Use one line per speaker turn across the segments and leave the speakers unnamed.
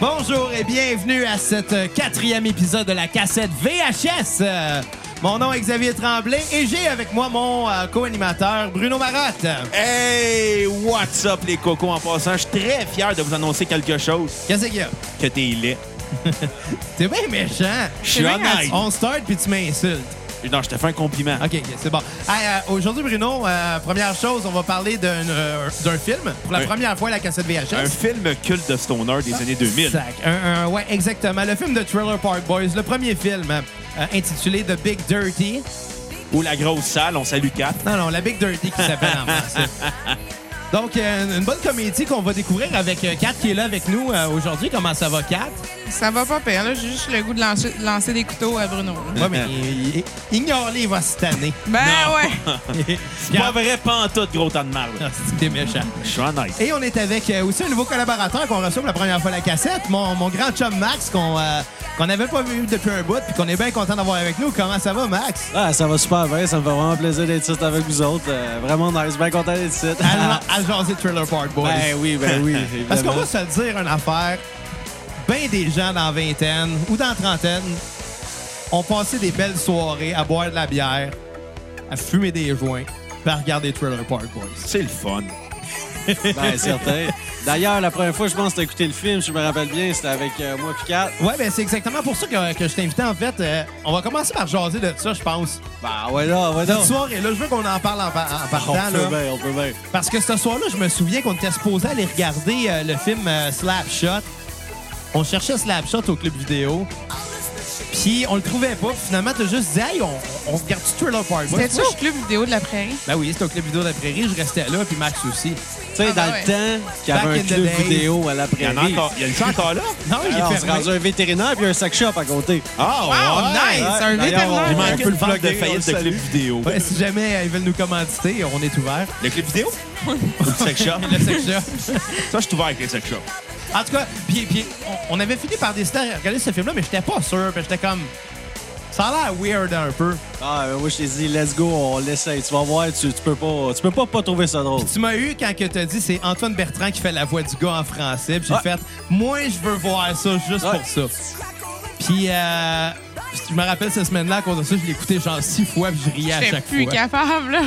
Bonjour et bienvenue à cet euh, quatrième épisode de la cassette VHS. Euh, mon nom est Xavier Tremblay et j'ai avec moi mon euh, co-animateur Bruno Marotte.
Hey, what's up les cocos en passant? Je suis très fier de vous annoncer quelque chose
Qu'est-ce qu'il y a?
que t'es laid.
T'es bien méchant.
Je suis
T'es bien
honnête.
assis. On start puis tu m'insultes.
Non, je te fais un compliment.
OK, ok, c'est bon. Hey, euh, Aujourd'hui, Bruno, euh, première chose, on va parler d'un euh, d'un film. Pour la
Oui.
première fois, à la cassette VHS.
Un film culte de Stoner des années 2000.
Sac. Un- un- ouais, exactement. Le film de Thriller Park Boys, le premier film hein, euh, intitulé The Big Dirty.
Ou La Grosse Salle, on salue Cap.
Non, non, la Big Dirty qui s'appelle en français. Donc, euh, une bonne comédie qu'on va découvrir avec euh, Kat qui est là avec nous euh, aujourd'hui. Comment ça va, Kat?
Ça va pas pire, là. J'ai juste le goût de lancer, de lancer des couteaux à Bruno. là.
Ouais, mais il- il- ignore-les, il va se tanner.
Ben ouais!
C'est pas vrai pantoute, gros tas de marde.
Ah, c'est que t'es méchant.
Je suis honnête.
Et on est avec euh, aussi un nouveau collaborateur qu'on reçoit pour la première fois à la cassette, mon, mon grand chum Max, qu'on euh, qu'on n'avait pas vu depuis un bout, puis qu'on est bien content d'avoir avec nous. Comment ça va, Max?
Ah, ça va super bien, ça me fait vraiment plaisir d'être ici avec vous autres. Euh, vraiment nice, bien content d'être ici.
à, à jaser Thriller Park Boys.
ben oui, ben oui.
Ah, Parce qu'on va
évidemment.
se le dire une affaire, bien des gens dans la vingtaine ou dans la trentaine ont passé des belles soirées à boire de la bière, à fumer des joints, puis à regarder Thriller Park Boys.
C'est le fun.
Ben certain. D'ailleurs, la première fois, je pense, que t'as écouté le film, je me rappelle bien, c'était avec euh, moi puis Kat.
Ouais, ben c'est exactement pour ça que, que je t'ai invité. En fait, Euh, on va commencer par jaser de ça, je pense.
Ben ouais là, ouais là.
Cette soirée-là, je veux qu'on en parle en, par- en partant.
Ah, On
là.
peut bien, on peut bien.
Parce que ce soir-là, je me souviens qu'on était supposé aller regarder euh, le film euh, Slapshot. On cherchait Slapshot au club vidéo. Puis on le trouvait pas. Puis finalement, t'as juste dit, hey, on, on regarde tu Thriller Park Boys?
C'était-tu
Moi,
au club vidéo de la prairie?
je- Ben oui, c'était au club vidéo de la prairie. Je restais là, puis Max aussi.
Tu sais,
Ah, ben
dans
ouais.
le temps, qu'il y
Back
avait
in
un
the
club
days.
vidéo à la
Il y en
prairie.
a encore. Il y a une encore Ah, là?
Non, il
Alors,
est
on s'est
fermé.
rendu un vétérinaire puis un sac shop à côté.
Ah,
Wow,
ouais.
nice! Un
D'ailleurs,
vétérinaire!
Il
on-
Ouais,
on
manque
peut
une
le
vente de
plugger, on le
faillite de
salue.
clip vidéo.
Ouais, si jamais euh, ils veulent nous commanditer, on est ouvert.
Le clip vidéo? Ou le sex shop?
Le sex shop.
Ça, je suis ouvert avec les sex shops.
En tout cas, puis, puis on, on avait fini par décider à regarder ce film-là, mais j'étais pas sûr. Puis j'étais comme, ça a l'air weird un peu.
Ah, ben, moi, je t'ai dit, let's go, on l'essaye. Tu vas voir, tu, tu peux pas tu peux pas, pas trouver ça drôle.
Tu m'as eu quand que t'as dit c'est Antoine Bertrand qui fait la voix du gars en français. Puis j'ai
Ouais.
fait, moi je veux voir ça juste
Ah. Ouais.
pour ça. Puis euh, je me rappelle cette semaine-là, à cause de ça, je l'ai écouté genre six fois puis je riais à
J'étais
chaque
plus
fois.
capable, là.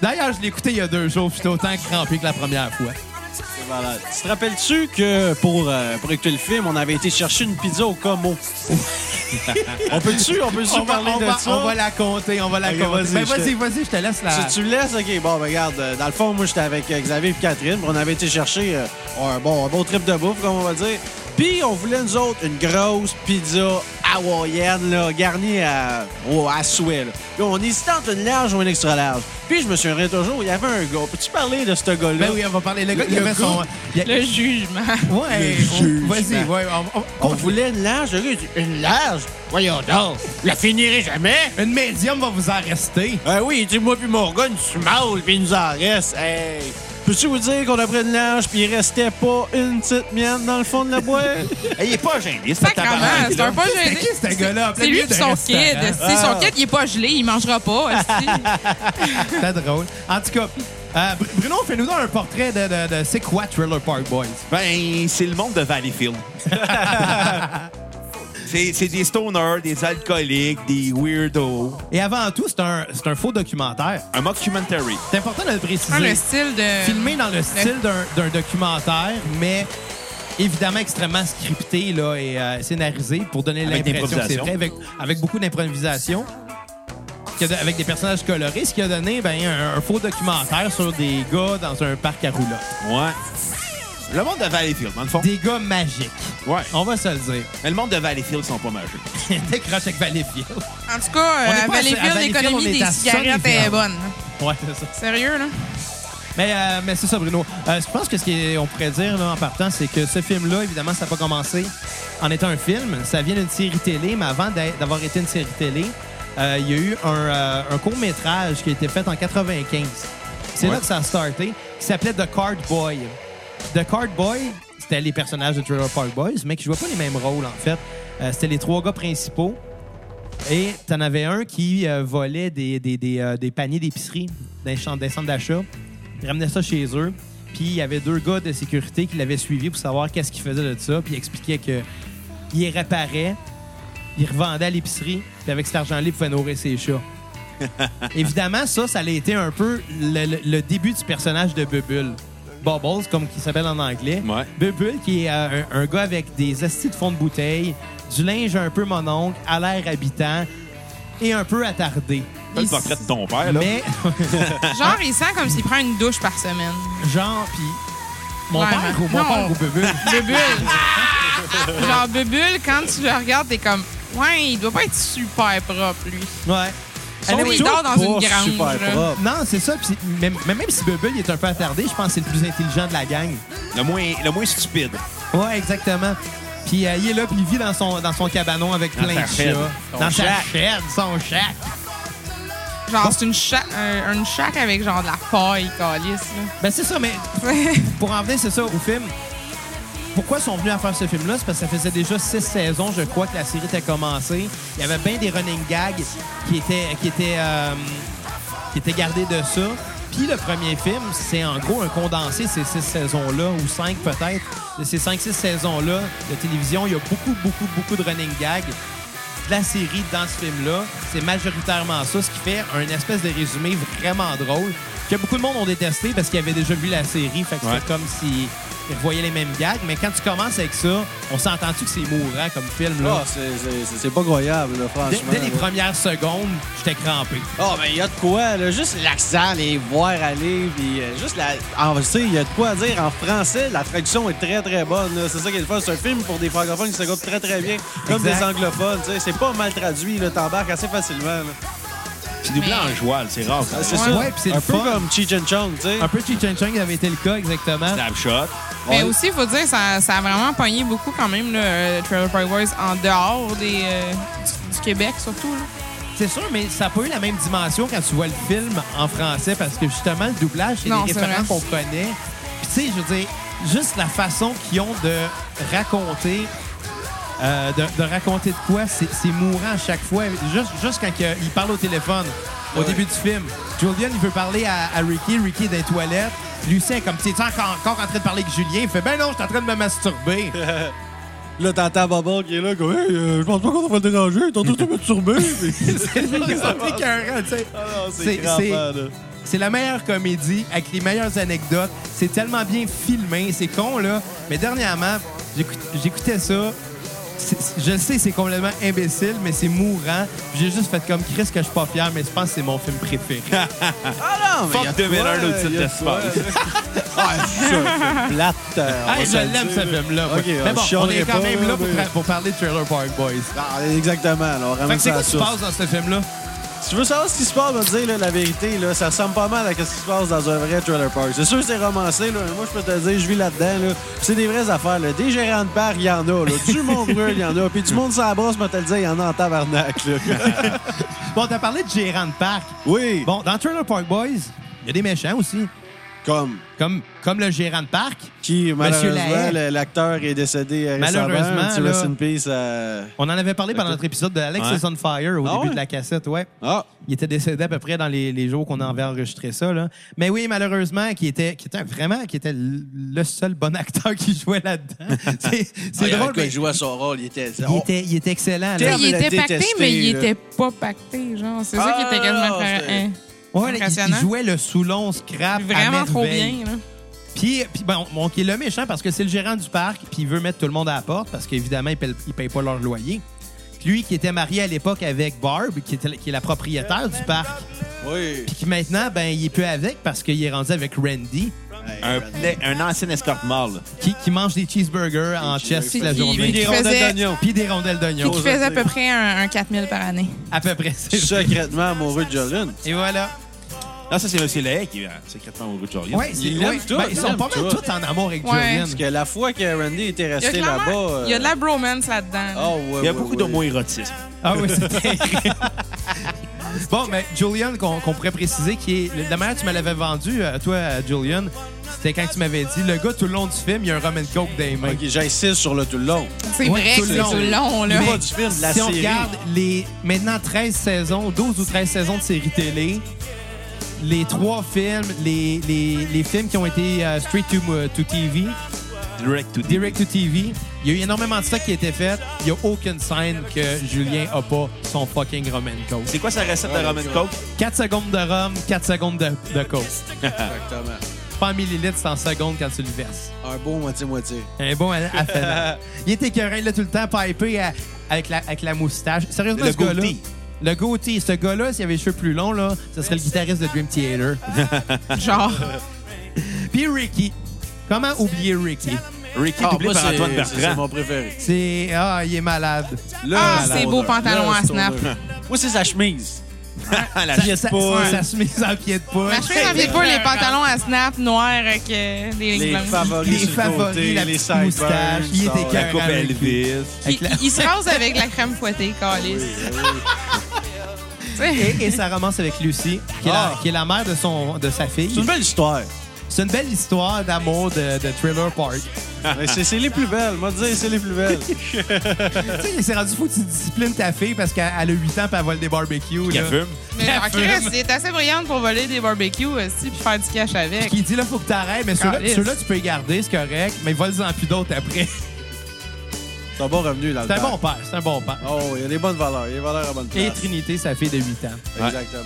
D'ailleurs, je l'ai écouté il y a deux jours, puis j'étais autant crampé que la première fois.
C'est malade. Tu te rappelles-tu que pour, euh, pour écouter le film, on avait été chercher une pizza au Como? on peut-tu on peut
On va,
parler
on
de
va-
ça?
on va la compter, on va la
Ok,
compter.
vas-y,
Ben,
je te-
vas-y, vas-y, je te laisse la.
Tu, tu me laisses? OK, bon, ben, regarde, euh, dans le fond, moi, j'étais avec euh, Xavier et Catherine, puis on avait été chercher euh, un, bon, un bon trip de bouffe, comme on va dire. Puis, on voulait, nous autres, une grosse pizza hawaïenne, là, garnie à, au- à souhait. là. Puis, on hésitait entre une large ou une extra large. Puis, je me souviendrai toujours, il y avait un gars. Peux-tu parler de ce gars-là?
Ben oui, on va parler. Le gars qui
Le
avait son.
gars-
il y a-
Le jugement.
Ouais,
Le
on-
juge,
vas-y,
ben.
ouais. on- on-
On voulait une large. Le gars, il dit, une large? Voyons donc, je la finirai jamais.
Une médium va vous arrester.
Ah oui, il dit, moi puis Morgan, tu maules, puis il nous en reste. Hey! Peux-tu vous dire qu'on a pris une large, puis il restait pas une petite mienne dans le fond de la boîte?
Hey, il est pas gêné, c'est pas
Sacrement, c'est un pas
C'est
gêné.
qui, ce gars-là?
C'est lui
Plein
pis son
milieu d'un
kid.
restaurant. Ah.
Si son kid, il est pas gelé, il mangera pas. esti.
C'était drôle. En tout cas, euh, Br- Bruno, fais-nous donc un portrait de, de- de c'est quoi Thriller Park Boys.
Ben, c'est le monde de Valleyfield. c'est c'est des stoners, des alcooliques, des weirdos.
Et avant tout, c'est un, c'est un faux documentaire.
Un mockumentary.
C'est important de le préciser.
Hein, le style de.
Filmé dans le style d'un d'un documentaire, mais évidemment extrêmement scripté là, et euh, scénarisé pour donner
Avec
l'impression que c'est
d'improvisation.
vrai, avec, avec beaucoup d'improvisation. qu'il y a de- Avec des personnages colorés, ce qui a donné ben, un, un faux documentaire sur des gars dans un parc à roulottes.
Ouais. Le monde de Valleyfield, dans le fond.
Des gars magiques.
Ouais.
On va se le dire.
Mais le monde de Valleyfield sont pas magiques.
Décroche avec Valleyfield.
En tout cas, euh,
On est
à
pas à- à
Valleyfield,
Valleyfield, on est
l'économie des
à
cigarettes
Sunnyvale.
est bonne.
Ouais, c'est ça.
Sérieux, là?
Mais, euh, mais c'est ça, Bruno. Euh, je pense que ce qu'on pourrait dire là, en partant, c'est que ce film-là, évidemment, ça n'a pas commencé en étant un film. Ça vient d'une série télé, mais avant d'être- d'avoir été une série télé, euh, il y a eu un, euh, un court-métrage qui a été fait en 95. C'est là
Ouais.
que ça a starté, qui s'appelait The Card Boy. The Card Boy, c'était les personnages de Trailer Park Boys, mais qui jouaient pas les mêmes rôles, en fait. Euh, c'était les trois gars principaux. Et t'en avais un qui euh, volait des, des, des, euh, des paniers d'épicerie dans les champs- des centres d'achat. Il ramenait ça chez eux. Puis il y avait deux gars de sécurité qui l'avaient suivi pour savoir qu'est-ce qu'il faisait de ça. Puis il expliquait que il réparait, il revendait à l'épicerie, puis avec cet argent-là, il pouvait nourrir ses chats. Évidemment, ça, ça a été un peu le, le- le début du personnage de Bubble. Bubbles, comme il s'appelle en anglais.
Ouais.
Bubble, qui est euh, un, un gars avec des astis de fond de bouteille, du linge un peu mononcle, à l'air habitant et un peu attardé.
Fais le portrait de ton père, là.
Mais,
Genre, il sent comme s'il prend une douche par semaine.
genre, puis mon
Ouais,
père,
mais
ou mon
non.
père ou Bubble.
Bubule. Genre, Bubule, quand tu le regardes, t'es comme, ouais, il doit pas être super propre, lui.
Ouais.
Son
Elle aime
Ah il dort dans
Pas
une grange. hein.
super
là.
propre.
Non, c'est ça. Puis c'est- même, même si Bubble il est un peu attardé, je pense que c'est le plus intelligent de la gang.
Le moins, le moins stupide.
Ouais, exactement. Puis euh, il est là, puis il vit dans son, dans son cabanon avec
Dans
plein
sa
de
shed.
chats.
Son
Dans sa
shack.
shed, son shack.
Genre, c'est une, cha- un- une chac avec genre de la paille, calice. là.
Ben c'est ça, mais pour en venir, c'est ça, au film. Pourquoi ils sont venus à faire ce film-là? C'est parce que ça faisait déjà six saisons, je crois, que la série était commencée. Il y avait bien des running gags qui étaient, qui étaient, euh, qui étaient gardés de ça. Puis le premier film, c'est en gros un condensé de ces six saisons-là, ou cinq peut-être. De ces cinq, six saisons-là de télévision, il y a beaucoup, beaucoup, beaucoup de running gags de la série dans ce film-là. C'est majoritairement ça, ce qui fait un espèce de résumé vraiment drôle que beaucoup de monde ont détesté parce qu'ils avaient déjà vu la série. Fait que
Ouais.
c'était comme si ils voyaient les mêmes gags. Mais quand tu commences avec ça, on s'entend-tu que c'est mourant comme film,
Ah,
là?
c'est- c'est- c'est- c'est pas croyable, là, franchement.
Dès, dès les
là.
premières secondes, j'étais crampé.
Ah, ben, il y a de quoi, là. Juste l'accent, les voir aller, puis euh, juste la. Ah, tu sais, il y a de quoi à dire en français. La traduction est très, très bonne, là. C'est ça qui est le fun. C'est un film pour des francophones qui se gobe très, très bien. Comme
Exact.
des anglophones, tu sais. C'est pas mal traduit, là. T'embarques assez facilement, là.
C'est doublé en joual, c'est rare. ça.
Ah, C'est
Ouais.
ça.
Ouais, puis c'est
un
le
peu
fun.
comme Cheech and Chong, tu sais.
Un peu Chichen Chung avait été le cas, exactement.
Snapshot.
Mais
Ouais.
aussi, il faut dire, ça, ça a vraiment pogné beaucoup quand même, là, euh, Trailer Park Boys, en dehors des, euh, du, du Québec, surtout. là.
C'est sûr, mais ça n'a pas eu la même dimension quand tu vois le film en français parce que justement, le doublage, c'est
Non,
des
c'est
référents
vrai.
qu'on connaît. Puis tu sais, je veux dire, juste la façon qu'ils ont de raconter. euh, de, de raconter de quoi, c'est c'est mourant à chaque fois. Juste, juste quand il, il parle au téléphone, au
Ouais.
début du film. Julian, il veut parler à, à Ricky. Ricky est dans les toilettes. Lucien est comme, tu encore, encore en train de parler avec Julien. Il fait, ben non, je suis en train de me masturber.
Là, t'entends Baba qui est là, comme, hey, euh, je pense pas qu'on va le déranger. T'es en train de me turber. Ah
c'est ça, ils sont écœurants, tu sais. C'est-
C'est
c'est-
crampant, là.
C'est la meilleure comédie avec les meilleures anecdotes. C'est tellement bien filmé, c'est con là. Mais dernièrement, j'écout- j'écoutais ça. C'est- c'est- Je le sais, c'est complètement imbécile, mais c'est mourant. J'ai juste fait comme Chris que je suis pas fier, mais je pense que c'est mon film préféré.
Ah non, mais.
Fuck
y a de
2001,
quoi,
l'outil de
y a de
l'espace.
quoi, là. Ouais, Ah, ça, c'est plate. euh, on
Hey,
va
je
se le
l'aime
dire,
ce
là.
film-là.
Ok,
mais bon,
je
on
chialerai
est quand
pas,
même là pour,
mais-
tra- pour parler de Trailer Park Boys.
Ah, exactement, là, on
Fait
ramène
que c'est
ça
quoi
à la
qui se
source.
passe dans ce film-là?
Si tu veux savoir ce qui se passe, me dire là, la vérité, là, ça ressemble pas mal à ce qui se passe dans un vrai trailer park. C'est sûr que c'est romancé, là, mais moi je peux te dire, je vis là-dedans. Là, Puis c'est des vraies affaires. Là. Des gérants de parc, il y en a. Là. Du monde brûle, il y en a. Puis du monde sans brosse, je vais te le dire, il y en a en tabarnak. Là.
Bon, t'as parlé de gérant de parc.
Oui,
Bon, dans Trailer Park Boys, il y a des méchants aussi,
comme
comme, comme le gérant de parc.
qui, malheureusement,
Lahaye.
le- l'acteur est décédé euh, récemment.
Malheureusement,
Un petit
là.
rest in peace à-
On en avait parlé pendant notre épisode de Alex
Ouais.
is on fire au
Ah
début
ouais?
de la cassette, ouais.
Ah,
Il était décédé à peu près dans les, les jours qu'on avait enregistré ça. Là. Mais oui, malheureusement, qui était, qui était vraiment qui était l- le seul bon acteur qui jouait là-dedans. C'est
ah, il
c'est
y avait
drôle.
quoi,
mais
il
Il,
jouait à son rôle, il était...
était, il était excellent.
Terme.
Là.
Il
l'a
était pacté,
détesté,
mais il
là.
était pas pacté, genre. C'est ça qui était
Ah,
quasiment
c'était-
hein,
Ouais, là, il- il,
Impressionnant.
jouait le Soulon Scrap. à
vraiment trop
merveille.
bien, là.
Puis, puis bon, bon, qui est le méchant parce que c'est le gérant du parc, puis il veut mettre tout le monde à la porte parce qu'évidemment, ils ne payent, ils payent pas leur loyer. Puis Lui qui était marié à l'époque avec Barb, qui, était, qui est la propriétaire du parc,
Oui.
puis qui maintenant, ben, il est plus avec parce qu'il est rendu avec Randy,
Un, un ancien escorte mâle.
qui, qui mange des cheeseburgers en chest toute la
Puis-
journée.
puis qui
Des rondelles
faisait-
d'oignon.
Puis des rondelles d'oignon.
Puis qui faisait à peu près un, un 4000 par année.
À peu près, c'est ça.
Secrètement amoureux de Jolene.
Et voilà.
Non, ça, c'est Monsieur Lay qui est euh, secrètement au bout de Jorien.
Ouais, c'est-
Ils l'aiment
ouais.
tous,
Ben,
ils
ils sont
l'aiment
pas mal
tous.
tous en amour avec
Ouais.
Julian.
Parce que la fois que Randy était
Il y a,
resté
clairement-
là-bas... euh,
il y a de la bromance là-dedans. là.
Ah, ouais,
Il y a
ouais,
beaucoup
ouais.
d'homo-érotisme.
Ah oui, c'est terrible. Bon, mais Julian, qu'on qu'on pourrait préciser, qui est. La manière dont tu me l'avais vendu, euh, toi, euh, Julian, c'était quand tu m'avais dit le gars, tout le long du film, il y a un Roman Coke dans les mains.
Ok, j'insiste sur le tout le long.
C'est
Ouais,
vrai
tout
que
le
c'est
long.
du long, là.
Mais
Pas du film, de la
si on
série.
regarde les maintenant 13 saisons, 12 ou 13 saisons de séries télé, les trois films, les, les- les films qui ont été euh, straight to, euh, to TV,
Direct to
direct to TV, il y a eu énormément de ça qui a été fait. Il n'y a aucune scène que Julien a pas son fucking Roman Coke.
C'est quoi sa recette
Euh,
de Roman Coke?
4 secondes de rhum, 4 secondes de, de Coke.
Ah.
Exactement.
Pas en millilitres, c'est en secondes quand tu le verses.
Un beau moitié-moitié.
Un bon à, à Fennel. Il était écœurant, là, tout le temps, pipé à- avec, la, avec la moustache. Sérieusement,
Le
ce gars-là.
goatee.
Le goatee. Ce gars-là, s'il avait les cheveux plus longs, là, ce serait le guitariste de Dream Theater.
Genre,
Puis Ricky. Comment oublier Ricky?
Ricky,
Ah,
doublé
moi,
par
c'est-
Antoine
c'est c'est
Bertrand.
mon préféré.
C'est. Ah, il est malade.
ah,
c'est
ces beaux pantalons à snap.
Moi, c'est sa chemise.
Ah, La
Ça, ça,
poule.
ça se met en pied de poule.
Ma chérie, n'avait pas les pantalons à snap noirs avec euh, des
Les
lignes blanches.
favoris
Les
sur le
favoris,
côté,
la
les
petite
sideburns,
moustache, il
ça,
était
ouais.
La
cœur.
coupe
Avec
Elvis.
Qui-
Avec la-
Il se rase avec la crème fouettée, Calis.
Et, et sa romance avec Lucie, qui est, la,
Ah.
qui est la mère de, son, de sa fille.
C'est une belle histoire.
C'est une belle histoire d'amour de, de Thriller Park.
Mais c'est c'est les plus belles. Moi, dire, c'est les plus belles.
tu sais, il s'est rendu fou que tu disciplines ta fille parce qu'elle elle a 8 ans et elle vole des barbecues.
Qui
Là.
fume.
Mais
La
genre, Chris,
fume.
il est assez brillante pour voler des barbecues aussi puis faire du cash avec.
Qui dit là, faut que t'arrêtes, mais ceux-là,
Caliste.
ceux-là, tu peux les garder, c'est correct, mais vole-en plus d'autres après.
C'est un bon revenu, là.
C'est un bon père, c'est un bon père.
Oh, il y a des bonnes valeurs. Il y a des valeurs à bonne place.
Et Trinité, sa fille de 8 ans.
Exactement.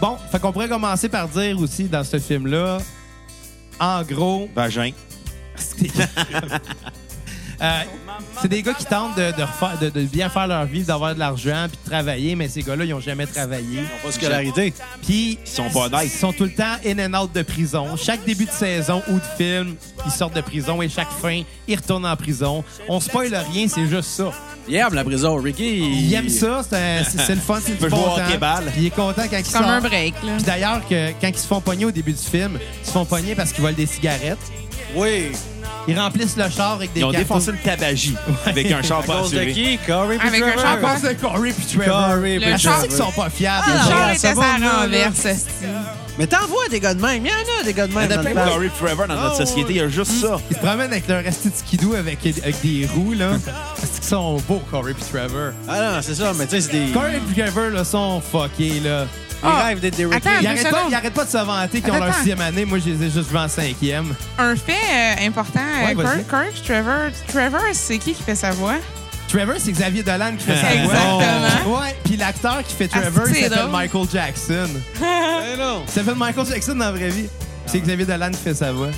Bon, fait qu'on pourrait commencer par dire aussi dans ce film-là, en gros,
Vagin.
c'est Euh, c'est des gars qui tentent de, de refaire- de- de bien faire leur vie, d'avoir de l'argent, puis de travailler, mais ces gars-là, ils n'ont jamais travaillé.
Ils n'ont pas de scolarité.
Puis
Ils sont pas honnêtes.
Ils sont tout le temps in and out de prison. Chaque début de saison ou de film, ils sortent de prison et chaque fin, ils retournent en prison. On spoil rien, c'est juste ça.
Il aime la prison, Ricky.
Il aime ça, c'est un- c'est c'est le fun, c'est du
peut
bon
jouer au
temps.
hockey-balle.
Puis Il est content quand il sort.
Comme un break, là.
Puis d'ailleurs, que, quand ils se font pogner au début du film, ils se font pogner parce qu'ils volent des cigarettes.
Oui.
Ils remplissent le char avec des
Ils ont
cartons.
défoncé une tabagie avec un char
À
pas
cause de
assuré.
qui? Corey puis
Avec un
Trevor.
À cause de Corey puis Trevor.
Corey puis
Je
Le char-
sais
Trevor.
qu'ils sont pas fiables.
Ah,
Genre,
genre, il
ça
était
va,
sa
là,
renverse.
là.
esti.
Mais t'en vois des gars de même. Il y en a des gars de même.
Il y en a
dans
plein
le
de
parc.
Glory Forever dans notre
Oh.
Ah,
société, il y a juste ça.
Ils se promènent avec leur esti de skidoo avec, avec des roues, là. Est-ce qu'ils sont beaux, Corey puis Trevor?
Ah non, c'est ça. Mais tu sais, c'est des.
Corey et Trevor là, sont fuckés. Là.
Ils
Ah.
rêvent d'être des Ricky.
Attends,
Ils
deux
arrêtent, pas,
secondes.
ils arrêtent pas de se vanter qu'ils ont
Attends,
leur
attends.
sixième année. Moi, je les ai juste vus en cinquième.
Un fait euh, important,
Ouais,
euh,
vas-y.
Kirk, Kirk, Trevor. Trevor, c'est qui qui fait sa voix?
Trevor, c'est Xavier Dolan qui fait ça.
Exactement.
Ouais, puis l'acteur qui fait Trevor,
Ah,
il
c'est
s'appelle
drôle.
Michael Jackson.
Eh non.
Ça fait Michael Jackson dans la vraie vie.
Ah.
C'est Xavier Dolan qui fait sa voix.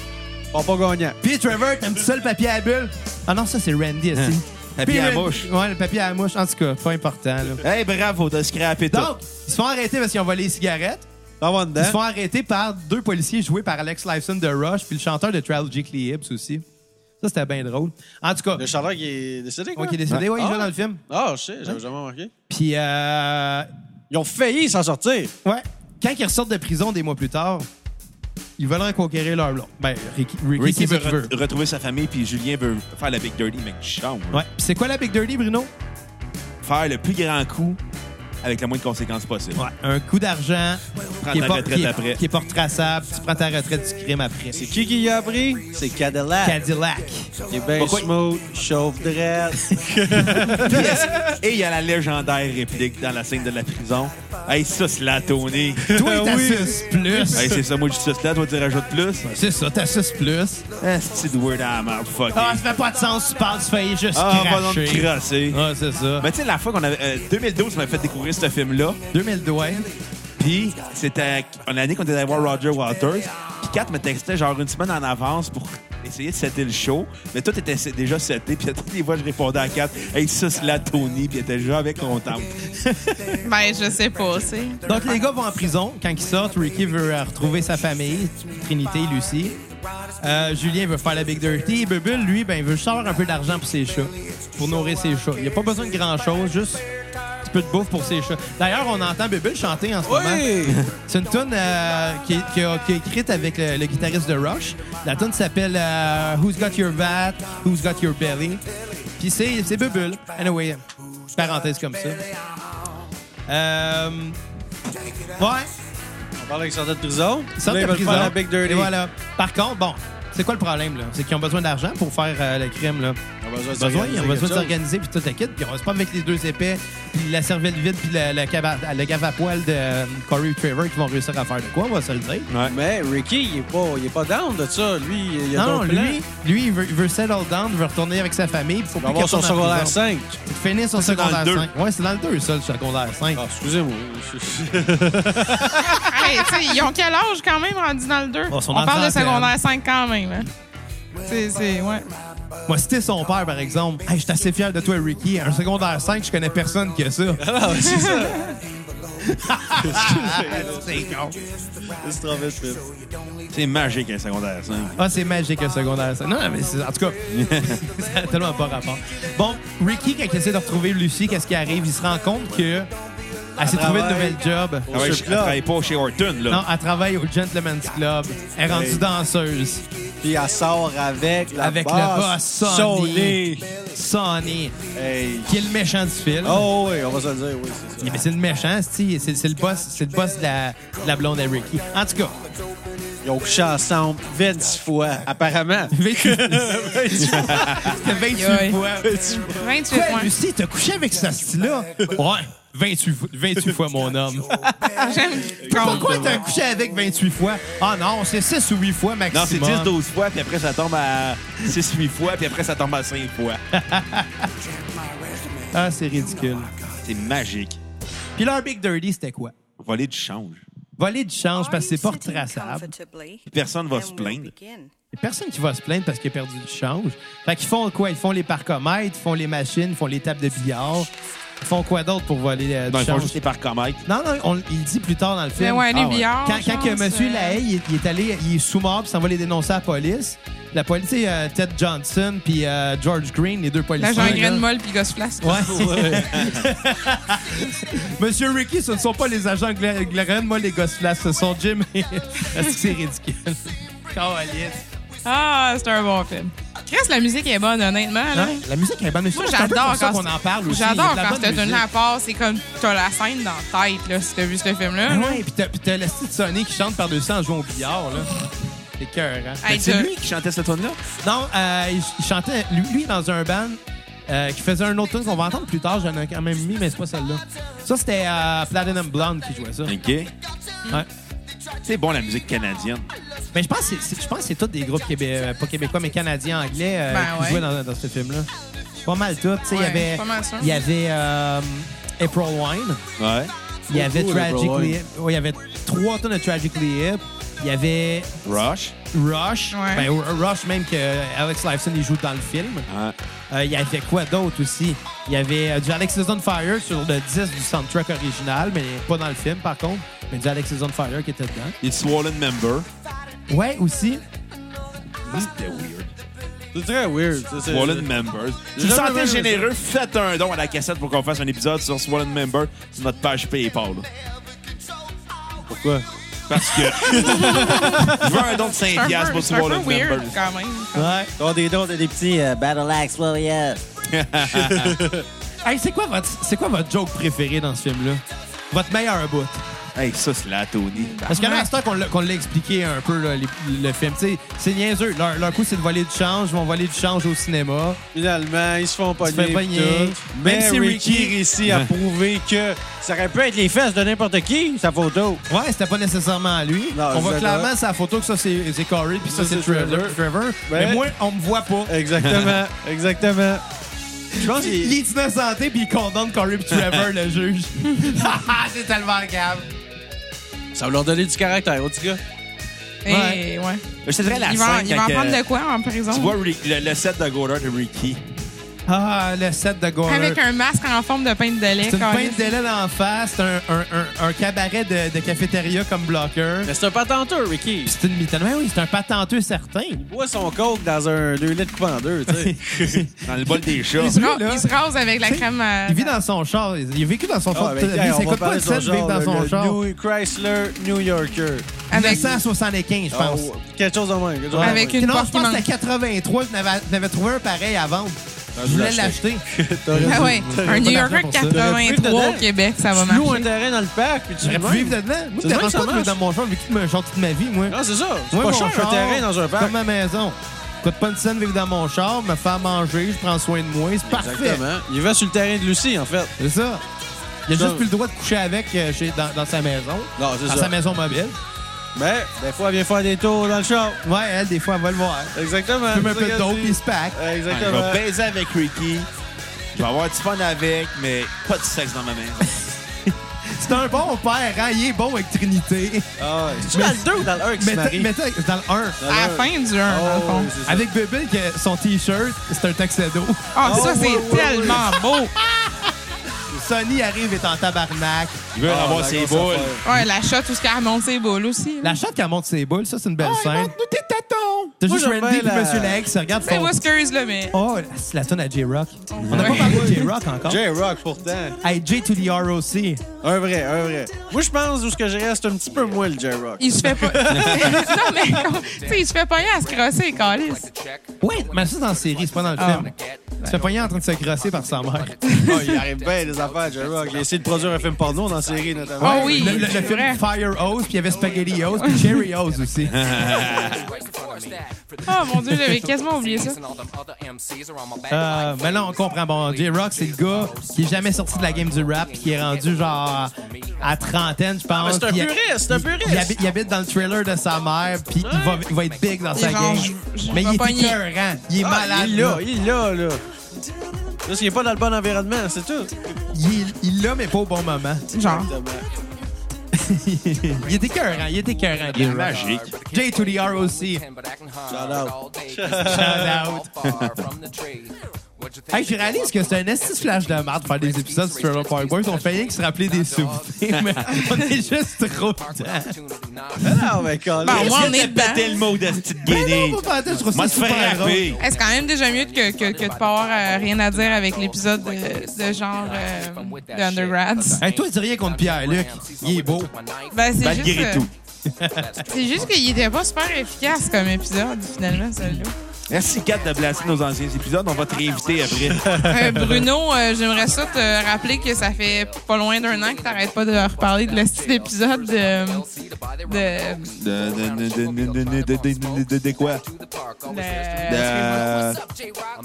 Pas pas gagnant.
Puis Trevor, t'as un petit seul papier à bulle. Ah non, ça, c'est Randy aussi.
Papier
Puis
à
Randy-
mouche.
Ouais, le papier à la mouche. En tout cas, pas important. Là.
Hey, bravo, t'as scrappé tout.
Donc, ils se font arrêter parce qu'ils ont volé les cigarettes.
T'en vois
Hein?
Ils se font
dedans.
arrêter par deux policiers joués par Alex Lifeson de Rush puis le chanteur de Tragic Lee Hibbs aussi. Ça, c'était bien drôle. En tout cas,
Le chanteur qui est décédé, quoi.
ouais, qui est décédé, ouais, il
Ah.
joue dans le film.
Ah, je sais, j'avais jamais remarqué.
Puis, euh,
Ils ont failli s'en sortir.
ouais, quand ils ressortent de prison des mois plus tard, ils veulent reconquérir leur blond. Ben, Ricky, Ricky,
Ricky
c'est
veut
ce qu'il veut.
re- retrouver sa famille, puis Julien veut faire la Big Dirty McChambre.
Ouais. Puis c'est quoi la Big Dirty, Bruno?
Faire le plus grand coup avec la moins de conséquences possible.
Ouais. Un coup d'argent
Prends
qui est
ta
pas-
retraite
qui est-
après.
qui est pas retraçable. Tu prends ta retraite du crime après.
C'est qui qui y a appris? C'est Cadillac.
Cadillac.
Il est bien
Pourquoi-
smooth, chauffe dresse.
Et il y a la légendaire réplique dans la scène de la prison. Hey, ça, c'est la Tony.
Toi,
Ah
t'as
oui.
6 plus.
hey, c'est ça, moi, je dis ça, c'est là, toi, tu rajoutes plus.
C'est ça, t'as 6 plus.
C'est de word à la merde, fuck.
Ah, ça fait pas de sens, tu parles, tu fais juste
Ah, pas non de
cracher.
crosser.
Ah, c'est ça.
Mais tu sais, la fois qu'on avait. euh, 2012, on m'avait fait découvrir ce film-là.
2002. ouais.
Puis, c'était en année qu'on était allé voir Roger Waters. Puis, Kat me textait genre une semaine en avance pour essayer de setter le show. Mais tout était se- déjà seté. Puis, à toutes les fois, je répondais à Kat, hey, ça, c'est la Tony. Puis, elle était déjà avec contente.
Ben, je sais pas, c'est.
Donc, les gars vont en prison. Quand ils sortent, Ricky veut euh, retrouver sa famille, Trinité, Lucie. Euh, Julien veut faire la Big Dirty. Et Bubule, lui, ben, il veut savoir un peu d'argent pour ses chats, pour nourrir ses chats. Il a pas besoin de grand-chose, juste un petit peu de bouffe pour ses chats. D'ailleurs, on entend Bubule chanter en ce moment.
Oui!
C'est une tune euh, qui, est- qui a- qui est écrite avec le, le guitariste de Rush. La tune s'appelle euh, Who's Got Your Vat, Who's Got Your Belly. Puis c'est c'est Bubule. Anyway, parenthèse comme ça. Euh, ouais,
On parlait qu'ils sortaient de prison.
ils sortent
Là,
de
ils veulent
prison.
faire la Big Dirty.
Et voilà. Par contre, bon, c'est quoi le problème là C'est qu'ils ont besoin d'argent pour faire euh, le crime là.
Ah a besoin de
besoin,
s'organiser
ils ont besoin de
quelque chose.
s'organiser puis tout le kit. Puis on se pas avec les deux épais, puis la cervelle vide, puis le, le, cava- le cave à poil de euh, Corey Trevor qui vont réussir à faire de quoi, on va se le dire.
Ouais.
Mais Ricky, il est pas, il est pas down de ça. Lui, il
Non,
a
non,
d'autres plans.
lui, lui il, veut, il veut settle down, il veut retourner avec sa famille. puis faut
Il
plus
va avoir
qu'il
son
retourne en
secondaire
prison.
5.
Faut Finir son
c'est dans le
secondaire
deux.
5. Ouais, c'est dans le 2, ça, le secondaire 5.
Ah, excusez-moi.
Hey, tu sais, ils ont quel âge quand même rendu dans le 2?
Oh, son
On parle de
enfant,
secondaire 5 quand même. Hein? C'est, c'est, ouais.
Moi, c'était son père, par exemple. Hey, je suis assez fier de toi, Ricky. Un secondaire 5, je connais personne qui a ça.
Alors, c'est ça.
c'est con.
C'est trop vite, vite.
C'est magique, un secondaire 5.
Ah, c'est magique, le secondaire 5. Non, non, mais c'est- en tout cas, ça a tellement pas rapport. Bon, Ricky, quand il essaie de retrouver Lucie, qu'est-ce qui arrive? Il se rend compte que elle s'est trouvée une
travaille.
nouvelle job.
Au
Ah ouais, je
strip
ne
club.
travaille pas chez Horton, là.
Non, elle travaille au Gentleman's Club. Elle est rendue
Hey.
danseuse
Puis elle sort avec la
avec
boss.
le boss Sonny.
Sony.
Sonny,
Hey.
qui est le méchant du film.
Oh oui, on va se le dire, oui, c'est ça.
Mais c'est le méchant, c'est c'est- c'est le boss, c'est le boss de la, de la blonde à Ricky. En tout cas,
Ils ont couché ensemble 26 fois, apparemment.
28 C'était 28
Aïe.
fois.
28
Quoi,
points.
Lucie, t'as couché avec ce style-là? Ouais, 28, fois- 28 fois, mon homme.
J'aime
Ah. Pourquoi t'as couché avec 28 fois? Ah non, c'est 6 ou 8 fois
Non, c'est
maximum.
10-12 fois, puis après, ça tombe à 6-8 fois, puis après, ça tombe à 5 fois.
Ah, c'est ridicule.
C'est magique.
Puis leur Big Dirty, c'était quoi?
Voler du change.
Voler du change parce
parce
que c'est pas retraçable.
Personne va se plaindre.
Y a Personne qui va se plaindre parce qu'il a perdu du change. Fait qu'ils font quoi? Ils font les parcomètres, ils font les machines, ils font les tables de billard. Ils font quoi d'autre pour voler euh, du
Non, ils font
change?
juste les parcomètres.
Non, non, on- il dit plus tard dans le film.
Mais ouais, les
Ah
billards,
Quand, quand
je
que
pense,
monsieur
euh,
Lahaye, il, est- il est allé, il est sous-mort, puis s'en va les dénoncer à la police. La police, c'est euh, Ted Johnson, puis euh, George Green, les deux policiers.
L'agent
là.
graine molle puis gosse flasque.
Ouais. Monsieur Ricky, ce ne sont pas les agents Gla- Glenn, moi les gosses flasques, ce sont Jim et... Est-ce que c'est ridicule? Calice.
Ah, c'est un bon film. Chris, la musique est bonne, honnêtement. là.
Hein? La musique est bonne. mais
Moi,
c'est un peu
j'adore
pour ça
quand
qu'on en parle aussi. Il y
J'adore
a de la
quand
bonne
cette
musique.
tune-là part. C'est comme t'as la scène dans la tête, là, si t'as vu ce film-là. là.
Ouais, puis t'as- puis t'as la petite Sony qui chante par-dessus en jouant au billard, là. C'est cœur, hein?
Hey,
C'est
t'as-
lui qui chantait cette tune là
Non, euh, il ch- il chantait, lui, lui, dans un band euh, qui faisait un autre tune qu'on va entendre plus tard. J'en ai quand même mis, mais c'est pas celle-là. Ça, c'était euh, Platinum Blonde qui jouait ça.
OK.
Ouais.
C'est bon, la musique canadienne.
Mais je pense que c'est- c'est- je pense que c'est tous des groupes québé- euh, pas québécois, mais canadiens, anglais euh,
Ben
qui
ouais.
jouaient dans, dans ce film-là. Pas mal tout. tu sais, Il y
Ouais,
avait,
pas mal sûr.
il y avait euh, April Wine,
Ouais.
il y avait
Beaucoup, Oh, April
Tragically
Wine.
Hip. Ouais, il y avait trois tonnes de Tragically Hip. Il y avait
Rush.
Rush.
Ouais.
Ben, Rush, même que Alex Lifeson, il joue dans le film.
Ouais.
Euh, Il y avait quoi d'autre aussi? Il y avait euh, du Alexis on Fire sur le 10 du soundtrack original, mais pas dans le film par contre, mais du Alexis on Fire qui était dedans.
Il est Swollen Member.
Ouais, aussi.
Ah,
C'était weird.
C'est très weird. ça, c'est-
Swollen
Euh,
Members. Si vous
Jamais
sentez
vu ça.
généreux, faites un don à la cassette pour qu'on fasse un épisode sur Swollen Member sur notre page PayPal. là.
Pourquoi?
Parce que. je veux un don de
C'est un
5$ piastres
peu-
pour
c'est un peu
Swollen
weird,
Members.
quand même.
Ouais.
T'as des dons, t'as des petits euh, Battle Axe Warrior.
Hey, c'est quoi votre c'est quoi votre joke préféré dans ce film-là? Votre meilleur bout.
Hey, ça, c'est la Tony.
Parce que
Ouais.
là, à ce temps qu'on l'a- qu'on l'a expliqué un peu, là, les- le film, tu sais, c'est niaiseux. Leur, leur coup, c'est de voler du change. Ils vont voler du change au cinéma.
Finalement, ils se font pogner.
font pogner.
pis tout. Mais
Même si
Ricky,
Ricky-
réussit à prouver que ça aurait pu être les fesses de n'importe qui, sa photo.
Ouais, c'était pas nécessairement à lui.
Non,
on voit
exactement.
clairement sa photo que ça, c'est c'est Corey, puis ça,
Ça,
c'est
c'est
Trevor. Trevor.
Ben-
Mais moi, on me voit pas.
Exactement, exactement. Je pense
Il
qu'il...
est innocenté puis il condamne Corey puis Trevor, le juge.
Ah,
c'est tellement grave.
Ça va leur donner du caractère, au petit gars.
Ouais.
Et, ouais.
Je te dirais la
Il va,
scène
il va
quand
en
que-
prendre de quoi en
Tu
prison?
vois Rick- le, le set de Goddard de Ricky.
Ah, le set de Gore.
Avec un masque en forme de pinte de lait.
euh, C'est une
Colin.
peinte d'aile en face, c'est un, un- un- un cabaret de, de cafétéria comme bloqueur.
Mais c'est un patenteur, Ricky.
C'est une mitaine. Mais oui, c'est un patenteux certain.
Il boit son coke dans un 2 litres coupé en deux, tu sais.
Dans le bol des chats.
Il se
Il ra-
Lui, là,
il se rase avec la
tu sais,
crème euh, à...
Il vit dans son char. Il a vécu dans son char
Ah,
toute
ben,
sa
gars,
vie.
on
C'est
va
quoi pas
parler
le
de
set de
son
vivre dans
genre,
son
le
char?
New Chrysler New Yorker.
avec,
1975, je pense.
Oh, quelque chose de même. quelque chose de même.
avec une
non,
porte
je
qui
pense que
manque.
c'était 83. Je n'avais je n'avais trouvé un pareil à vendre.
Ah,
Je voulais
l'ai
l'acheter.
T'aurais
Ah ouais, un New Yorker
pour ça.
T'aurais
83
pu
au Québec, ça va
Tu loues un
marcher.
terrain dans le parc, puis tu
J'aurais
le
pu vivre
vends.
dedans. Moi,
C'est
je
de même
dérange
que ça
pas de jouer
marche.
dans mon char vu que tu me genre toute ma vie, moi.
Non, Ah, c'est ça. C'est
Moi,
pas
mon
cher,
char,
un terrain dans un parc.
Comme ma maison. coûte pas une scène vivre dans mon char, me faire manger, je prends soin de moi, c'est parfait.
Exactement. Il va sur le terrain de Lucie, en fait.
C'est ça. Il a
Ça-
juste plus le droit de coucher avec euh, chez, dans, dans sa maison,
Non, c'est
dans
ça.
sa maison mobile.
Mais des fois, elle vient faire des tours dans le char.
Ouais, elle, des fois, elle va le voir.
Exactement.
Fume un
C'est
peu
ça
de
qu'elle
dope,
dit.
il se pack.
Euh,
Je vais
Exactement.
baiser avec Ricky. Je vais avoir du fun avec, mais pas de sexe dans ma main.
C'est un bon père, hein? Il est bon avec Trinité.
Ah, C'est-tu dans le 2 ou dans le 1 qui se
Mettez,
marie?
mettez dans le 1.
Dans le
À la
un.
fin du 1, dans le
Oh,
fond.
c'est ça.
Avec Bébé, que son T-shirt, c'est un tuxedo.
Ah,
Oh,
ça, c'est
ouais, ouais,
tellement beau.
Sony arrive est en tabarnak.
Il veut
Ah,
avoir
la
ses
grosse
boules.
affaire.
Ouais, la shot où ce qu'elle remonte ses boules aussi.
La chatte qui monte ses boules, ça, c'est une belle
Ah,
scène.
montre-nous tes tatons.
T'as
Moi,
juste
j'aime
Randy et
bien la-
Monsieur Lex, regarde
C'est
son...
Whiskers, Ben, là, mais.
Oh, Ben, c'est la tonne à J-Rock. On n'a
Ouais.
pas parlé de J-Rock encore.
J-Rock, pourtant.
Hey, J to the ROC.
Un vrai, un vrai. Moi, je pense où ce que je reste un petit peu moins le J-Rock.
Il se fait pas. non, mais. comme- Tu sais, il se fait pas à se crosser, Calis.
Ouais, mais ça, c'est dans la série, c'est pas dans le
Ah.
film. Il se fait pogner en train de se grosser par sa mère.
Ah, il arrive bien des affaires, J-Rock. J'ai essayé de produire un film porno dans la série, notamment.
Ah oui.
Le, le- le
c'est
film
vrai.
Fire Hose, puis il y avait Spaghetti Hose, puis Cherry Hose aussi.
Oh mon dieu, j'avais quasiment oublié ça.
Euh, mais là, on comprend. Bon, J-Rock, c'est le gars qui est jamais sorti de la game du rap, puis qui est rendu genre à trentaine, je pense.
mais c'est un
Puis il-
puriste, c'est un
il-
puriste.
Il habite, il habite dans le trailer de sa mère, puis il va, il va être big dans sa
est genre,
game.
je- je
Mais il
vais
est
pogner.
écœurant. Il est
Ah,
malade.
Il l'a,
là.
il l'a, là. Parce qu'il n'est pas dans le bon environnement, c'est tout.
Il est- il l'a, mais pas au bon moment.
Genre.
il est écœurant. Il est écœurant,
Il est
J-Rock.
magique.
J to the ROC.
out.
Hey, je réalise que c'est un esti flash de marde faire des épisodes sur Trailer Park Boys. On fait rien que se rappeler des souvenirs, mais on est juste trop dedans.
Ah, mais quand
Bon, Ben, moi, on est
T'as pété
dedans.
le mot de petite
Mais
guinée.
non, pas pantoute, je trouve
Moi,
ça
te faire
super
rapper.
Eh, C'est quand même déjà mieux que, que, que de pas avoir euh, rien à dire avec l'épisode de, de genre euh, de Undergrads.
Hey, toi, dis rien contre Pierre-Luc. Il est beau.
Ben, c'est juste,
Malgré
euh,
tout.
c'est juste qu'il était pas super efficace comme épisode, finalement, celui-là.
Merci, Kat, de placer nos anciens épisodes. On va te réinviter après.
Euh, Bruno, euh, j'aimerais ça te rappeler que ça fait pas loin d'un an que t'arrêtes pas de reparler de le style épisode de, euh, de,
De, quoi?
de-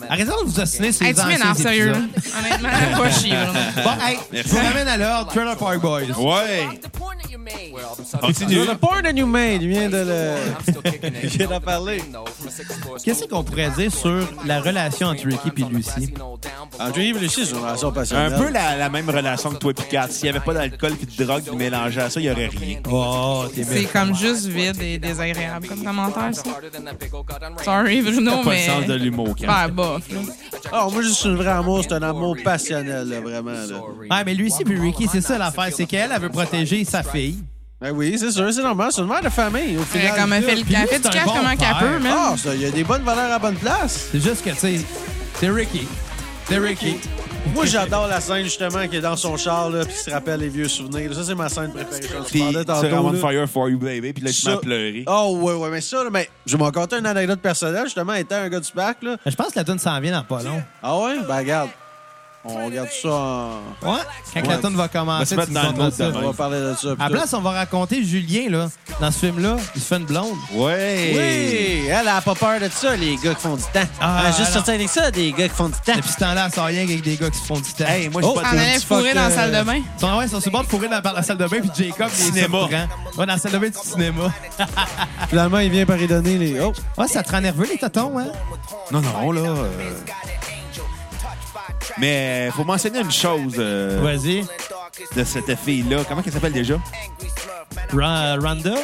Arrêtez de vous obstiner sur
Hey,
les
tu m'énerves,
anciens
sérieux.
épisodes.
là. Honnêtement, pas chier, Bruno.
Bon, hey, je vous
Euh, Merci.
ramène à l'ordre, Trailer Park Boys.
Ouais. Continue.
Le porn that you made, il vient de le. il vient d'en parler.
Qu'est-ce qu'on pourrait dire sur la relation entre Ricky et Lucy?
Andrew Yves Lucie, c'est une relation
Un
passionnelle.
peu la, la même relation que toi et Kat. S'il n'y avait pas d'alcool et de drogue mélangée à ça, il n'y aurait rien.
Oh, t'es
C'est
bien.
comme juste vide et désagréable comme commentaire, ça. Sorry, Bruno,
Pas le
mais...
sens de l'humour, Kat.
Ouais, bof, là.
Oh,
Ah, moi, juste un vrai amour, c'est un amour passionnel, là, vraiment. Là.
Ah, mais Lucy et Ricky, c'est ça l'affaire. C'est qu'elle, elle veut protéger sa fille.
Ben oui, c'est sûr, c'est normal, c'est une mère de famille, au
Elle
final.
comme elle fait, le-
puis lui,
elle fait
c'est
du
un
cash
bon
comment qu'elle
père.
peut, man.
Ah, ça, il y a des bonnes valeurs à la bonne place.
C'est juste que, tu sais, c'est Ricky. C'est Ricky.
Moi, j'adore la scène, justement, qui est dans son char, là, puis qui se rappelle les vieux souvenirs. Ça, c'est ma scène préférée. Je
Puis,
parlais
c'est
tantôt,
vraiment
là.
fire for you, baby. Puis là, tu m'as
Ça-
pleuré.
Oh, ouais, ouais, mais ça, là, mais je vais m'en conter une anecdote personnelle, justement, étant un gars du parc, là.
Ben, Je pense que la tune s'en vient dans pas long.
Ah ouais? Ben, regarde. On regarde ça en...
Ouais. Quand la tune va commencer,
On va
tu
se
nous
mettre dans le
entends
mood
ça.
demain.
On va parler de ça.
À
plus
place, on va raconter Julien, là, dans ce film-là, il se fait une blonde.
Ouais.
Oui, elle a pas peur de ça, les gars qui font du temps.
Ah,
elle a juste
non.
sorti avec ça, des gars qui font du temps.
Depuis ce temps-là, elle sort rien avec des gars qui se font du temps.
Hey, moi, je suis
Oh.
pas
Elle allait
petit fuck,
fourrer dans la salle de
euh,
bain.
Ils sont, ouais, ils sont sur le bord de fourrer dans par la salle de bain, puis Jacob, il
Cinéma.
est Ouais, dans la salle de bain du cinéma.
Finalement, il vient par y donner les. Oh!
Ouais, ça te rend nerveux, les tatons, hein?
Non, non, là. euh, Mais faut mentionner une chose euh,
Vas-y.
de cette fille-là. Comment elle s'appelle déjà?
Ra- Randa?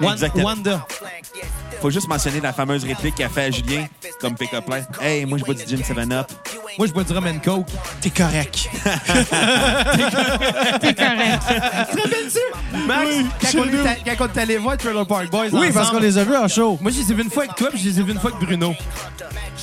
Wan-
Exactement.
Wanda.
Faut juste mentionner la fameuse réplique qu'elle fait à Julien comme pick-up line. Hey, moi, je bois du Jim 7-Up.
Moi, je bois du rum and coke.
T'es correct.
C'est correct.
Très bien dessus! Max,
Oui,
quand,
chez
on est
nous.
à- quand on est allé voir Trailer Park Boys
Oui, parce
ensemble,
qu'on les a vus en show.
Moi, je les ai vus une fois avec toi, puis je les ai vus une fois avec Bruno.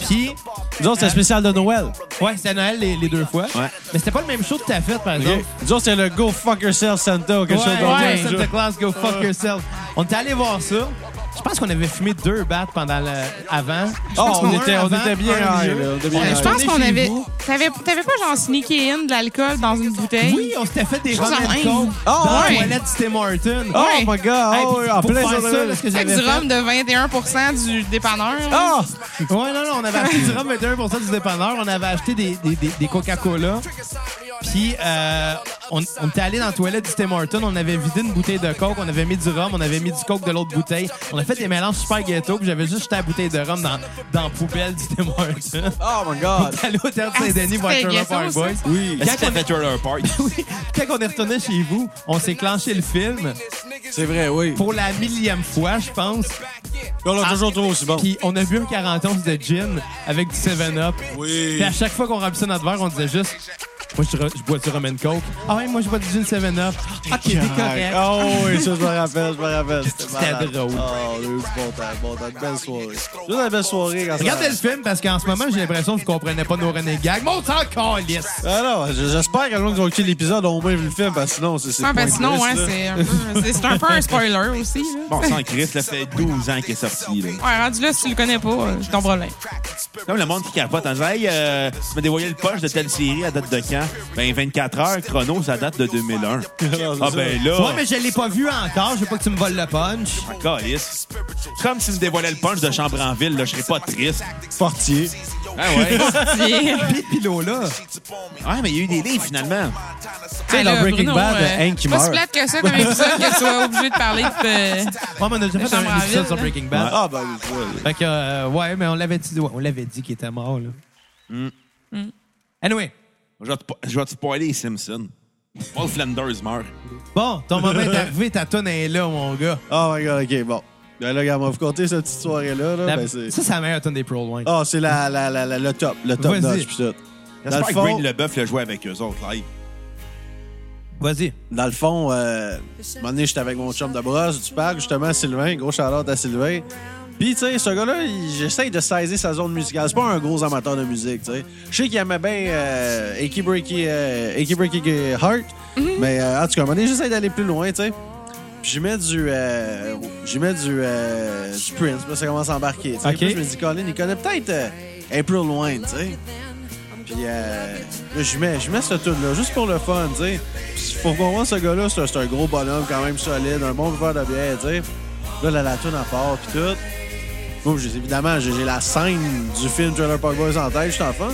Puis,
Nous
Hein?
autres, c'est spécial de Noël.
ouais, c'était à Noël les, les deux fois.
Ouais.
Mais c'était pas le même show que t'as fait, par exemple.
Nous autres, c'est le Go Fuck Yourself Santa ou quelque
Ouais,
chose comme
ouais,
ça.
Santa Claus, go fuck yourself. On est allé voir ça. Je pense qu'on avait fumé deux battes pendant le... avant. Je
Oh,
pense
on
qu'un
était- on
avant,
était bien
un au
high,
milieu.
là, on était bien
On a
high.
Je pense
tourné
qu'on
chez
avait.
vous.
T'avais t'avais pas genre sneaké in de l'alcool dans une bouteille?
Oui, on s'était fait des
Je
rum
pense en
and
Inde.
coke
Oh,
dans
Ah ouais. Ah
la toilette du Tim Hortons.
Oh
Ouais.
my God!
Hey,
Oh,
puis
en
pour
plein
faire
sur
ça,
le-
là, ce que
Fait que
j'avais
du
fait.
rhum de 21 du dépanneur. là.
Ah!
Ouais, non, non, on avait acheté du rhum 21 du dépanneur, on avait acheté des, des, des, des Coca-Cola. Puis, euh, on, on était allé dans la toilette du Tim Hortons, on avait vidé une bouteille de coke, on avait mis du rhum, on avait mis du coke de l'autre bouteille. On a fait des mélanges super ghetto, puis j'avais juste jeté la bouteille de rhum dans, dans la poubelle du Tim Hortons.
Oh my God!
Allé au Théâtre
Ah,
Saint-Denis voir
c'était
Trailer
ghetto,
Park
ça.
Boys.
Oui.
Est-ce que t'as fait Trailer Park?
Oui, quand on est retourné chez vous, on s'est clenché le film
C'est vrai, oui.
pour la millième fois, je pense.
On l'a
Ah.
toujours trouvé aussi bon.
Puis on a bu un 40 onces de gin avec du 7-Up.
Oui.
Puis à chaque fois qu'on remplissait notre verre, on disait juste Moi, je, re- je bois du rum and coke. Ah ouais, moi, je bois du gin 7-Up. Ok, t'es correct.
Oh oui, ça, je me rappelle, je me rappelle. C'était malade.
drôle.
Oh, oui, c'est bon temps, bon temps. Belle soirée. Juste une belle soirée quand ça-
Regardez le film parce qu'en ce moment, j'ai l'impression que vous comprenez pas nos René Gag. Mais on s'en calisse.
Ah non, j- j'espère que le monde qui va écouter l'épisode a au moins vu le film, parce que sinon, c'est. c'est
Ouais, ben
pointless,
sinon, ouais,
là.
c'est un peu- c'est- c'est un peu un spoiler aussi. là.
Bon, sans Chris, ça fait 12 ans qu'il est sorti. Là.
Ouais, rendu là, si tu le connais pas, euh, c'est ton problème.
Comme le monde qui capote en disant Hey, euh, tu m'as dévoilé le poche de telle série à date de quand Ben, 24 heures, chrono, ça date de 2001. ah, ben là.
Ouais, mais je l'ai pas vu encore. Je veux pas que tu me voles le punch.
Calisse. Comme si me dévoilait le punch de Chambre en Ville, là, je serais pas triste.
Fortier.
Ah ouais.
Puis-
Puis Pilo, là.
ouais, mais il y a eu des livres finalement.
Hey,
dans
là,
Breaking
Bruno,
Bad,
euh,
Hank, il
pas si
meurt.
plate que ça comme épisode que tu sois obligé de euh, parler de...
Ouais, mais on a déjà fait
Chambre en
un épisode
ville,
sur
là.
Breaking Bad.
Ah, ben oui, oui.
Fait que, euh, ouais, mais on l'avait dit, ouais, on l'avait dit qu'il était mort, là.
Mm.
Anyway,
Je vais te, je vais te spoiler les Simpsons. Paul Flanders meurt.
bon, ton moment est arrivé, ta tonne est là, mon gars.
Oh my God, OK, bon. Ben là, regarde, on va vous compter cette petite soirée-là. Là.
La-
Ben, c'est...
ça, c'est la meilleure tonne des Pro Loin.
Ah, c'est la, la, la, la- le top, le top
Vas-y.
notch, pis tout. Dans
J'espère
le
que
fond,
Green Leboeuf le jouait avec eux autres live.
Vas-y.
dans le fond euh, un moment donné, j'étais avec mon chum de brosse du parc, justement, Sylvain, gros charlotte à Sylvain. Puis, tu sais, ce gars-là, il- j'essaye de saisir sa zone musicale. C'est pas un gros amateur de musique, tu sais. Je sais qu'il aimait bien euh, Achy Breaky, euh, Achy Breaky Heart, mais euh, en tout cas, à un moment donné, j'essaye d'aller plus loin, tu sais. Puis j'y mets du, euh, j'y mets du, euh, du Prince, puis là, ça commence à embarquer, tu sais.
OK.
Puis là, je me dis, Colin, il connaît peut-être euh, April Wine, tu sais. Puis euh, là, je mets, je mets ce tune là juste pour le fun, tu sais. Puis faut comprendre ce gars-là, c'est un- c'est un gros bonhomme quand même solide, un bon buveur de bière, tu sais. Là, la, la tune en part, puis tout. Moi, j'ai- évidemment, j'ai j'ai la scène du film Trailer Park Boys en tête, je suis enfant.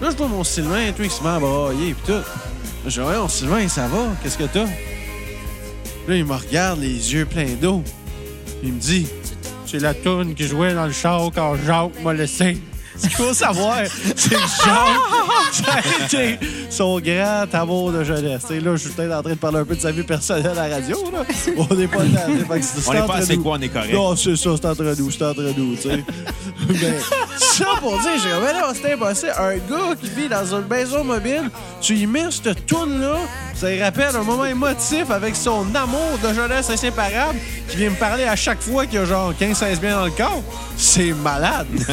Là, je vois mon Sylvain, tout, il se met à brailler, puis tout. Là, Je dis, voyons, Sylvain, ça va? Qu'est-ce que t'as? Là, il me regarde, les yeux pleins d'eau. Il me dit, c'est la toune qui jouait dans le char quand Jacques m'a laissé. Ce qu'il faut savoir, c'est que Jacques, ça a été son grand amour de jeunesse. Et là, je suis peut-être en train de parler un peu de sa vie personnelle à la radio. Là. On n'est pas là.
On n'est pas assez quoi, on est correct.
Non, c'est ça, c'est entre nous, c'est entre nous, tu sais. Mais Ben, ça pour dire, j'ai dit, mais non, c'est impossible. Un gars qui vit dans une maison mobile, tu y mets cette toune-là, ça lui rappelle un moment émotif avec son amour de jeunesse inséparable qui vient me parler à chaque fois qu'il y a genre 15-16 biens dans le corps. C'est malade. ah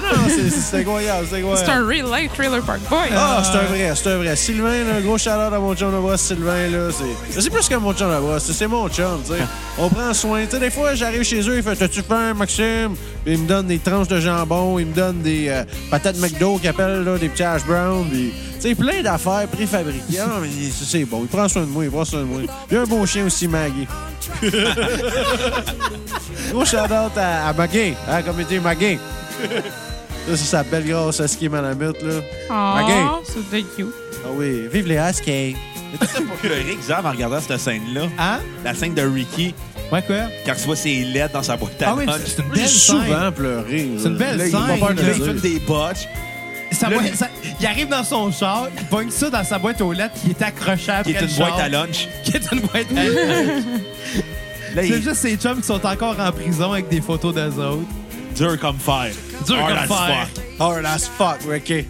non, c'est- c'est incroyable, c'est incroyable.
C'est un real life Trailer Park Boy.
Ah, c'est un vrai, c'est un vrai. Sylvain, là, gros chaleur à mon chum de brosse, Sylvain, là, c'est. C'est plus que mon chum de brosse, c'est- c'est mon chum, tu sais. On prend soin. Tu sais, des fois, j'arrive chez eux, il fait T'as-tu faim, Maxime Puis il me donne des tranches de jambon, il me donne des euh, patates McDo qu'il appelle, là, des petits hash browns, puis. Tu sais, plein d'affaires préfabriquées. Ah, mais c'est- c'est bon, il prend soin de moi, il prend soin de moi. Il y a un beau chien aussi, Maggie. gros chaleur à, à Maggie, hein, comme il dit Maggie. Là, c'est sa belle grosse husky malamute, là.
Ah, c'est bien cute.
Ah oui, vive les Huskies.
Mais tout ça pour pleurer, Xav, en regardant cette scène-là.
Hein?
La scène de Ricky,
Ouais, quoi?
quand tu vois ses lettres dans sa boîte à
Ah oui,
lunch.
c'est une
J'ai
belle scène.
souvent pleuré.
C'est une belle
là,
scène.
Il m'a peur de
Là,
le
il fume
dire.
des botches.
Ça
Là,
va-
lui-
ça- il arrive dans son char, il pogne ça dans sa boîte aux lettres qui est accrochable.
qui est une boîte à lunch.
Qui est une boîte à lettres.
Là,
C'est
il
juste ces chums qui sont encore en prison avec des photos d'eux autres.
dur comme fer. Ah,
Dur
Hard
comme
as
fer.
fuck.
Hard as fuck, Ricky.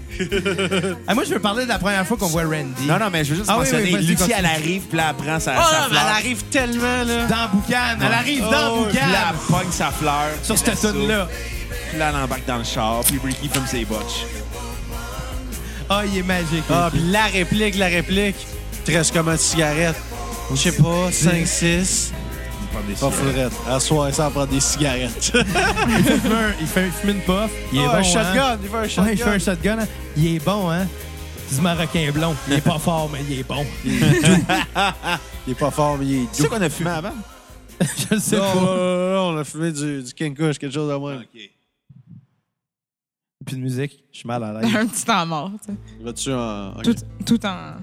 Ah, moi, je veux parler de la première fois qu'on voit Randy.
Non, non, mais je veux juste
Ah oui,
mentionner,
oui, vas-y,
Lucie,
continue. Ah,
elle arrive, puis elle prend sa,
Oh,
sa fleur.
mais elle arrive tellement, là.
Dans Boucan. Elle arrive dans
Oh,
Puis
Boucan.
là, elle pogne sa fleur.
Sur cette
tune
tune-là.
Puis là, elle embarque dans le char, puis Ricky fume ses botches.
Ah, il est magique.
Ah, puis la réplique, la réplique. 13 comme une cigarette. Je sais pas, 5, 6.
prendre des
Pas
cigarettes.
fourrette. À soir, ça va prendre des cigarettes.
Il fume un- Il fait fume une puff. Il est
Ah,
bon,
un
hein?
shotgun. Il fait un shotgun.
Ouais, il fait un shotgun. hein. Il est bon, hein? Du marocain blond. Il est pas fort, mais il est bon.
Il est pas fort, mais il est
Tu sais
doux. Oh,
qu'on a fumé avant?
Je le sais
Non,
pas.
non, non, non, on a fumé du, du King Kush, quelque chose de moins.
OK.
Puis de musique, je suis mal à l'aise.
Un petit temps mort, tu sais.
Vas-tu en. ok.
Tout, tout en.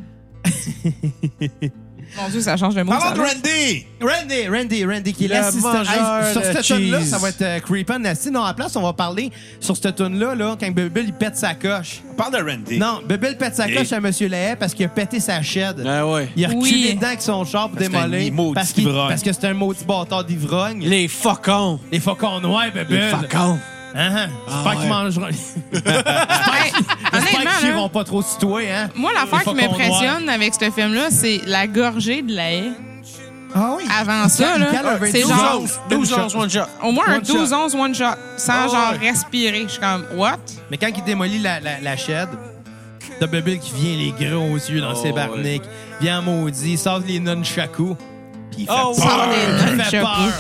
Mon Dieu, ça change de mot. ça,
Parlons de
là.
Randy!
Randy, Randy, Randy, qui est
Le
l'assistant.
mangeur
Hey, sur
de
cette tune-là,
cheese.
ça va être euh, creepin' nasty. Non, à la place, on va parler sur cette tune-là, là, quand Bubble, il pète sa coche.
Parle de Randy.
Non, Bubble pète sa
Et-
coche à M. Lahaye parce qu'il a pété sa shed.
Ah ouais.
Il a reculé
Oui.
dedans avec son char pour
Parce que c'est
démolir.
un maudit
Parce, qu'il-
ivrogne.
parce que c'est un maudit bâtard d'ivrogne. Les,
Les faucons.
faucons noirs,
Les
Bubble.
faucons.
Hein, hein. J'espère
Ah ouais.
qu'ils mangeront.
Hey,
J'espère qu'ils
honnêtement,
chieront
là,
pas trop sur toi, hein.
moi,
Les
l'affaire qui
faucons noirs.
m'impressionne avec ce film-là, c'est la gorgée de la haie.
Ah oui.
Avant ça,
Il cale
là,
un 22
c'est
12
genre
onces.
12
Une
onces, one shot.
au moins un
One shot.
12 11 one shot, sans
Oh,
genre
ouais.
respirer. Je suis comme, what?
Mais quand il démolit la, la, la shed, t'as Bubble qui vient les gros yeux dans
Oh,
ses barniques, vient en maudit, sort les nunchakus.
Puis il fait
Oh,
peur.
Sors des
Il fait
nunchakus.
peur.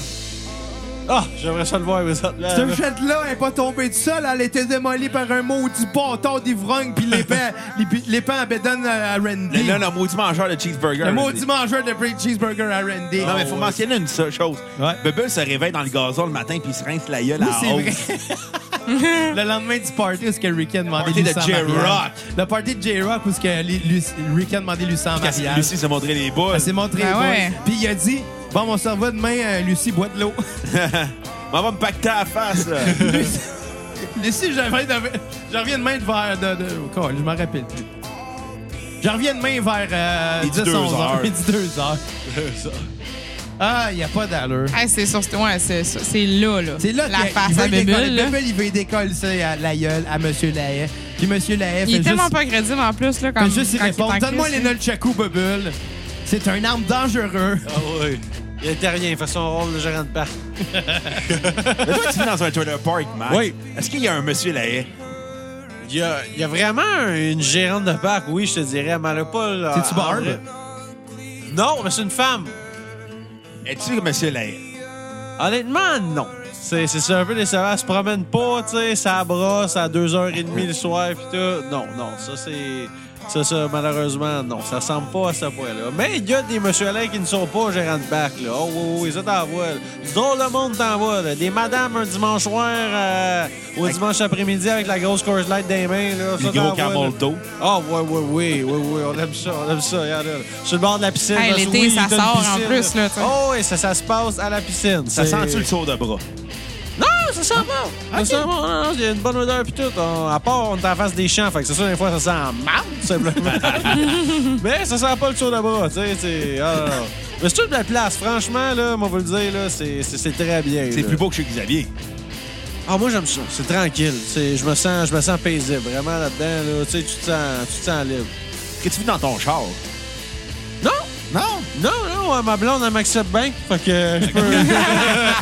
Ah, j'aimerais ça le voir, mais ça. Là,
Euh, Cette jette-là, elle est pas tombée du sol, elle a été démolie par un maudit bâton d'ivrogne, puis l'épée- l'épée l'épée en bédonne à à
Le,
Randy.
là, le maudit mangeur de cheeseburger.
Le
Randy.
maudit mangeur de Break Cheeseburger à Randy.
Non, mais faut
Oh,
mentionner une seule chose.
Ouais.
Bubble se réveille dans le gazon le matin puis il se rince la gueule
Oui,
à
c'est
hausse.
vrai. le lendemain du party, où ce que Ricky a demandé
party de
Lucie en mariage.
J-Rock.
Le party de J-Rock, où ce que Li- Lucie- Ricky a demandé Lucie en
Parce que
mariage.
Lucie s'est montré les boules.
Elle s'est montrée
Ah
les boys.
ouais.
Puis il a dit Bon, mon cerveau demain, euh, Lucie, bois de l'eau.
Maman va me pacter à la face. là.
Lucie, je reviens de- je reviens demain de vers. De, de- oh, je m'en rappelle plus. Je reviens demain vers euh,
Midi
10
deux
11 heures.
heures.
Midi 2 heures. Ah, il n'y a pas d'allure.
Hey, c'est sur ce- ouais, c'est ça. C'est là, là.
C'est là
la
qu'il- il
face
veut
à
décoller.
Bébule, là.
Bébé, il veut décoller ça à la gueule à M. Lahaye. Puis M. Lahaye fait
Il est
juste...
tellement pas crédible en plus, là, quand
Fait juste y
quand il est en
répondre. Donne-moi
crise,
les
là.
nunchakus, Bubble. C'est un arme dangereux.
Ah oui. Il était rien, il fait son rôle de gérant de parc.
Mais toi, tu vis dans un trailer park, Max.
Oui.
Est-ce qu'il y a un monsieur là-haut?
Il y a, il y a vraiment une gérante de parc, oui, je te dirais, mais elle a pas. là,
C'est-tu
en
Barb?
vrai. Non, mais c'est une femme.
Es-tu monsieur là-haut?
Honnêtement, non. C'est c'est ça, un peu décevant. Elle se promène pas, tu sais, ça brosse à 2h30 le soir, puis tout. Non, non, ça c'est. Ça, ça, malheureusement, non, ça semble pas à ce point-là. Mais il y a des monsieur Alain qui ne sont pas gérants de bac, là. Oh, oui, oui, ça t'envoie. là. Du drôle de monde t'envoie, là. Des madames un dimanche soir euh, au dimanche après-midi avec la grosse course light dans les mains, là.
Les
ça
gros
t'envoie, là.
camoltos.
Ah, ouais, ouais, oui, oui, oui, on aime ça, on aime ça. Regarde, là, sur le bord de la piscine.
Hey,
là,
l'été,
oui,
ça
t'as une
sort en
piscine,
plus, là, tu sais.
Oh, oui, ça, ça se passe à la piscine.
Ça
C'est- Ah,
sent-tu le saut de bras?
Non, ça sent bon. Ça sent bon, non, non, il y a une bonne odeur, puis tout. On- à part, on est en face des champs, fait que c'est sûr, des fois, ça sent mal, tout simplement. Mais ça sent pas le saut de bras, tu sais, tu sais. ah, non, non. Mais c'est toute la place, franchement, là, moi, vous le dire, là, c'est- c'est c'est très bien.
C'est
là.
plus beau que chez Xavier.
Ah, moi, j'aime ça. C'est tranquille. C'est- Je me sens, je me sens paisible, vraiment, là-dedans, là. Tu sais, tu te sens, tu te sens libre.
Que tu vis dans ton char?
Non!
Non.
Non, non, euh, ma blonde, elle m'accepte bien. Fait que je peux,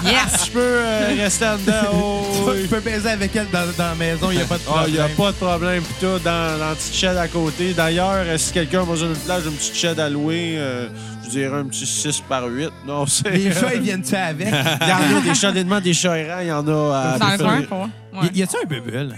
Yes!
je peux euh, rester en dedans. Oh,
Tu peux- Tu
oui.
peux baiser avec elle dans, dans la maison, il n'y a pas de
Ah,
problème.
il n'y a pas de problème. Puis tout, dans, dans la petite shed à côté. D'ailleurs, euh, si quelqu'un a besoin d'une plage, une petite shed à louer, euh, je dirais un petit 6 par 8. Non, c'est.
Les chats, ils viennent-tu avec?
Il y en a des chats honnêtement, des chats errants, il y en a.
Ah,
à
Dans le
peu
coin,
près.
pour moi. Ouais.
Y- Y a-tu un Bubble?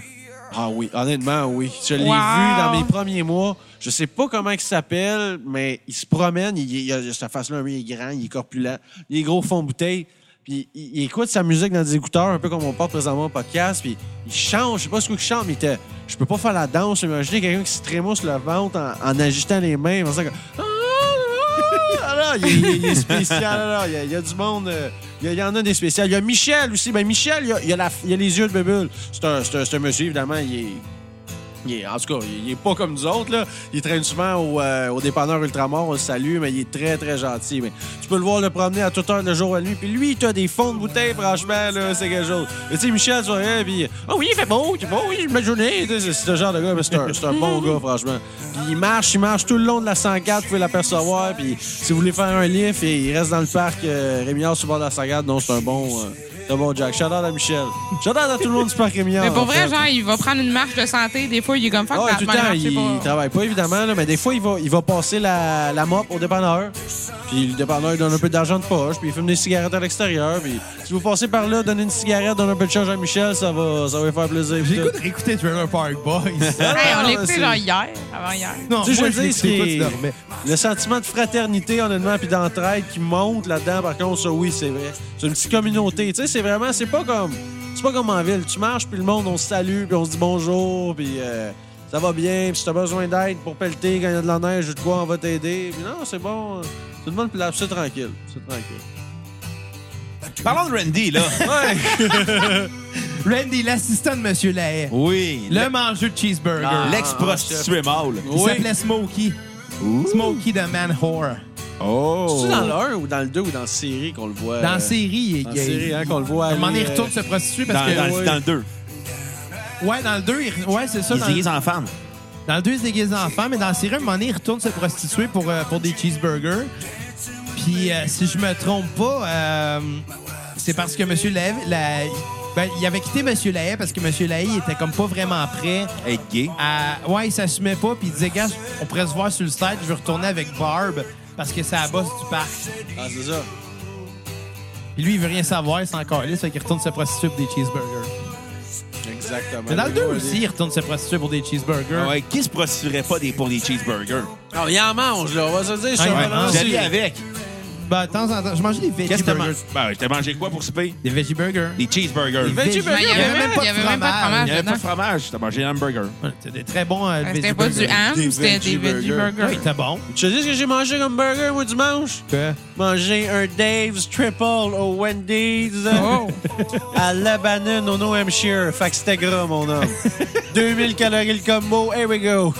Ah oui, honnêtement, oui. Je l'ai
Wow.
vu dans mes premiers mois. Je sais pas comment il s'appelle, mais il se promène. Il, il a cette face-là, lui, il est grand, il est corpulent. Il est gros fond de bouteille. Puis il, il écoute sa musique dans des écouteurs, un peu comme on porte présentement au podcast. Puis il chante, je sais pas ce qu'il chante, mais il était, je peux pas faire la danse. Imaginez quelqu'un qui se trémousse le ventre en, en agitant les mains. comme ça, comme, Ah, ah, ah, il, il- il est spécial. là, là. Il, y a, il y a du monde. euh, il y a- il y en a des spéciales. Il y a Michel aussi. Ben Michel, il y a, il y a la- il y a les yeux de Bubule. C'est un, c'est un- c'est un monsieur, évidemment. Il est, il est- en tout cas, il, il est pas comme nous autres. Là. Il traîne souvent au, euh, au dépanneur Ultramar. On le salue, mais il est très, très gentil. Mais tu peux le voir le promener à toute heure de jour à nuit. Puis lui, il a des fonds de bouteilles, franchement. là, C'est quelque chose. Mais tu sais, Michel, tu regardes, puis... Ah oui, il fait beau. Il fait beau. Il me journée. Tu sais, C'est c'est ce genre de gars. mais C'est un, c'est un bon gars, franchement. Puis il marche, il marche tout le long de la 104. Vous pouvez l'apercevoir. Puis si vous voulez faire un lift, il reste dans le parc euh, Rémillard sur le bord de la 104. Donc, c'est un bon... euh, de bon Jack. Shout out à Michel. Shout out à tout le monde du Parc Rémillard.
Mais pour
en
vrai,
fait.
genre, il va prendre une marche de santé. Des fois, il est comme fuck,
Ah ouais, tout le
Batman,
temps,
je sais
il
pas.
travaille pas, évidemment, là, mais des fois, il va, il va passer la, la mop au dépanneur. Puis le dépanneur, il donne un peu d'argent de poche, puis il fume des cigarettes à l'extérieur. Puis si vous passez par là, donnez une cigarette, donnez un peu de change à Michel, ça va, ça va lui faire plaisir. puis
J'écoute réécouter Trailer Park Boys.
Ah,
Hey, on l'a
c'est-
écouté genre hier, avant hier. Euh,
non,
Tu sais, je
moi,
veux dire,
l'ai écouté, toi, tu
c'est
dormais.
le sentiment de fraternité, honnêtement, puis d'entraide qui monte là-dedans. Par contre, ça, oui, c'est vrai. C'est une petite communauté. Tu sais, c'est vraiment, c'est pas comme, c'est pas comme en ville. Tu marches, puis le monde, on se salue, puis on se dit bonjour, puis euh, ça va bien. Puis si t'as besoin d'aide pour pelleter quand il y a de la neige ou de quoi, on va t'aider. Puis non, c'est bon. Tout le monde, puis là, c'est tranquille. C'est tranquille.
Parlons de Randy, là.
Randy, l'assistant de Monsieur Lahaye.
oui.
Le mangeur de cheeseburger.
Ah.
L'ex-prostitué mâle.
Il s'appelait Smokey. Smokey de Man Whore.
Oh.
C'est dans le 1 ou dans le 2 ou dans la série qu'on le voit?
Dans la
euh,
série, il est
dans la
gay.
série, hein, qu'on le voit.
À un moment donné,
aller,
il retourne se prostituer
Dans,
parce que.
dans-
ouais.
dans le 2.
Ouais, dans le 2, il... ouais, c'est ça.
Il
Dans,
se déguise en femme.
dans le 2, il se déguise en femme, mais dans la série, à un moment donné, il retourne se prostituer pour, euh, pour des cheeseburgers. Puis, euh, si je me trompe pas, euh, c'est parce que Monsieur Lahaye. la- ben, il avait quitté Monsieur Lahaye parce que Monsieur Lahaye il était comme pas vraiment prêt.
Être gay.
à- Ouais, il s'assumait pas, puis il disait, gars, on pourrait se voir sur le stage, je veux retourner avec Barb, parce que c'est la bosse du parc.
euh, Ah, c'est ça.
Puis lui, il veut rien savoir, c'est encore lisse, fait qu'il retourne se prostituer pour des cheeseburgers.
Exactement.
Mais dans le
Les
2
gars,
aussi, il retourne se prostituer pour des cheeseburgers.
Ah Ouais, qui se prostituerait pas des, pour des cheeseburgers?
Ah, il en mange, là. On va se le dire, je suis
Ouais,
un
Ah ouais.
balancier.
J'allais avec.
Ben, de temps en temps, je mangeais des
Qu'est-ce
veggie
que t'as
burgers.
mangé? Ben, t'as mangé quoi pour souper?
Des veggie burgers.
Des cheeseburgers.
Veggie
Veggie
burgers,
burgers,
il y avait
même- il y avait même pas de
Il
fromage.
n'y avait pas de fromage. T'as mangé un hamburger.
Ouais, C'était des très bons euh,
Ah,
veggie
C'était pas
burgers.
du ham,
Des
c'était
veggie
des veggie
burgers.
Ouais,
burgers.
il était bon.
Je te dis ce que j'ai mangé comme burger, moi, dimanche.
Que-
Manger un Dave's Triple au Wendy's
Oh!
à Lebanon au No Hampshire. Fait que c'était gras, mon homme. 2000 calories le combo, here we go.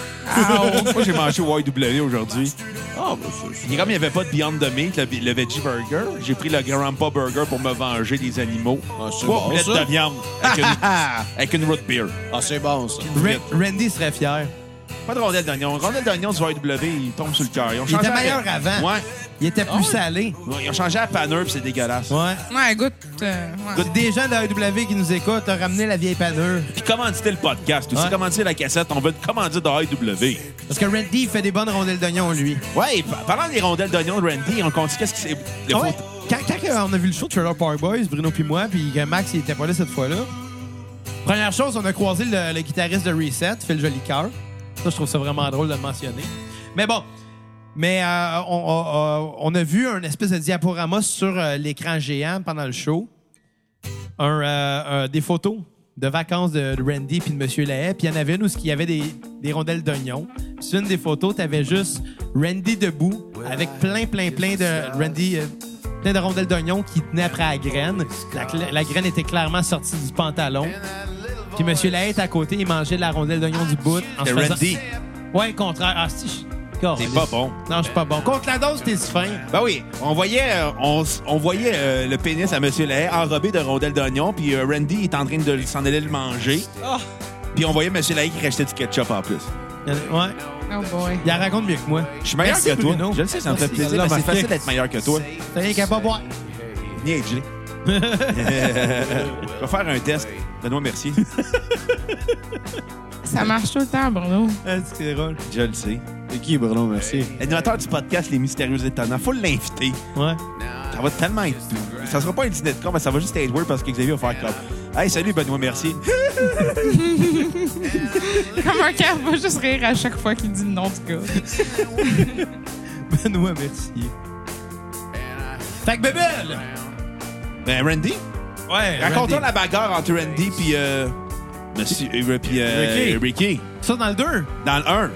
Moi, j'ai mangé au YW aujourd'hui.
Ah, bah, c'est
Et comme il n'y avait pas de Beyond the Meat, le, le Veggie Burger, j'ai pris le Grandpa Burger pour me venger des animaux.
Ah, c'est
Trois
bon,
boulettes
ça.
de viande avec
Ah,
une, avec une root beer.
ah, c'est bon, ça.
Ra- Randy serait fier.
Pas de rondelle d'oignon. Rondelle d'oignon du YW, il tombe sur le cœur. Ils ont
Il était
changé à-
meilleur avant.
Ouais.
Il était plus salé.
Ouais, Ils ont changé à panneur, puis c'est dégueulasse.
Ouais.
Oh. Ouais, goûte. euh, ouais.
Des gens de AEW qui nous écoutent ont ramené la vieille panure.
Puis commanditez le podcast aussi,
Ouais.
commanditez la cassette. On veut te commander de YW.
Parce que Randy, il fait des bonnes rondelles d'oignon, lui.
Ouais, et par- parlant des rondelles d'oignon de Randy, on compte qu'est-ce qui s'est. le
Ah ouais.
faut-
Quand, quand, euh, on a vu le show de Trailer Park Boys, Bruno puis moi, puis que Max il était pas là cette fois-là, première chose, on a croisé le, le guitariste de Reset, Phil Jolicoeur. Ça, je trouve ça vraiment drôle de le mentionner. Mais bon, mais euh, on, on- on- on a vu un espèce de diaporama sur euh, l'écran géant pendant le show. Un, euh, un- des photos de vacances de de Randy puis de Monsieur Lahaye. Puis il y en avait une où il y avait des, des rondelles d'oignon. Puis sur une des photos, tu avais juste Randy debout avec plein, plein, plein de Randy, euh, plein de rondelles d'oignon qui tenaient après la graine. La, cl- la graine était clairement sortie du pantalon. Puis Monsieur Lahaye était à côté, il mangeait de la rondelle d'oignon du bout. en se
Le
faisant-
Randy,
Ouais, contraire. Ah, si, je...
c'est pas bon.
Non, je suis pas bon. Contre la dose, t'es fin.
Ben oui, on voyait, euh, on, s- on voyait euh, le pénis à M. Lahaye enrobé de rondelles d'oignon, puis euh, Randy est en train de s'en aller le manger.
Ah.
Puis on voyait M. Lahaye qui rachetait du ketchup en plus.
Euh, Ouais.
Oh boy.
Il en raconte mieux que moi.
Je suis meilleur
Merci,
que toi.
Bruno.
Je le sais, ça me fait
Merci.
plaisir,
Ça l'a
mais c'est
marqué.
facile d'être meilleur que toi.
T'as rien qu'à pas boire.
Viens avec Gilles. Je vais faire un test. Benoît, merci.
Ça marche tout le temps, Bruno.
C'est drôle.
Je le sais.
C'est qui, Bruno? Merci.
L'animateur Euh, du podcast Les Mystérieux Étonnants, faut l'inviter.
Ouais.
Ça va tellement être doux. Ça sera pas un dîner de con, mais ça va juste être weird parce que Xavier va faire comme. Hey, salut Benoît, merci.
Comme un cœur va juste rire à chaque fois qu'il dit le nom du gars.
Benoît, merci. Fait que Bébel!
Ben, Randy?
Ouais.
Racontons la bagarre entre Randy puis euh, Ben, Monsieur euh, puis, euh, Ricky.
Ça dans le 2.
dans le 1.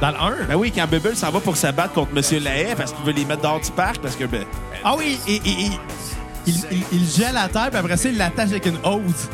Dans le 1.
Ben oui, quand Bubble s'en va pour se battre contre Monsieur Lahaye parce qu'il veut les mettre dehors du parc parce que ben,
Ah oui, et, et- et- il, il, il gèle la terre, puis après ça, il l'attache avec une hose.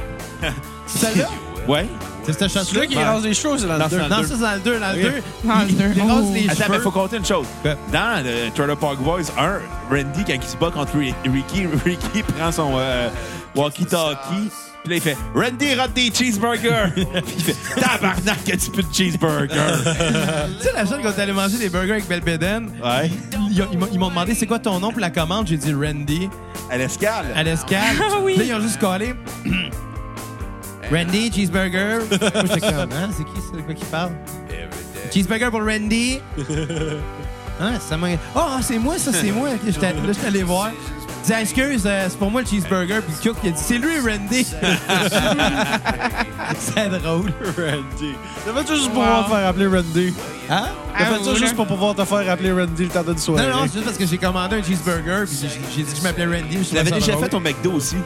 Celle-là?
ouais.
C'est cette
C'est
chose-là
là qui rase les choses, c'est dans le 2.
Non, ça, c'est Ben, dans le 2. Dans le
Ok.
2.
Dans le
il,
deux.
il rase
Oh.
les
Attends, mais
cheveux.
faut compter une chose.
Quoi?
Dans le Trailer Park Boys 1, Randy quand il se bat contre Ri- Ricky, Ricky prend son euh, walkie-talkie. Puis là, il fait Randy rate des cheeseburgers. puis il fait Tabarnak, que tu peux de cheeseburger.
Tu sais, la chaîne quand t'allais manger des burgers avec Belbeden,
ouais.
ils, ils m'ont- ils m'ont demandé c'est quoi ton nom pour la commande. J'ai dit Randy
À l'escale.
à l'escale.
Ah oui.
Là, ils ont juste collé. Randy, cheeseburger. Moi, j'étais comme, hein, c'est qui, c'est de quoi qui parle? Cheeseburger pour Randy. Hein, ça m'a- Ah, c'est moi, ça, c'est moi. Ok, j'étais- là, j'étais allé voir. Je dis, Ah, excuse, euh, c'est pour moi le cheeseburger. Puis le cook, il a dit, c'est lui, Randy. c'est drôle.
Randy. T'as fait ça juste pour
Wow.
pouvoir te faire appeler Randy.
Hein?
T'as
Ah,
fait
oui,
ça juste
là.
pour pouvoir te faire appeler Randy le temps d'une soirée.
Non, non, c'est juste parce que j'ai commandé un cheeseburger. Puis j'ai- j'ai dit que je m'appelais Randy. puis je
Tu l'avais
trouvais ça drôle.
déjà fait au McDo aussi.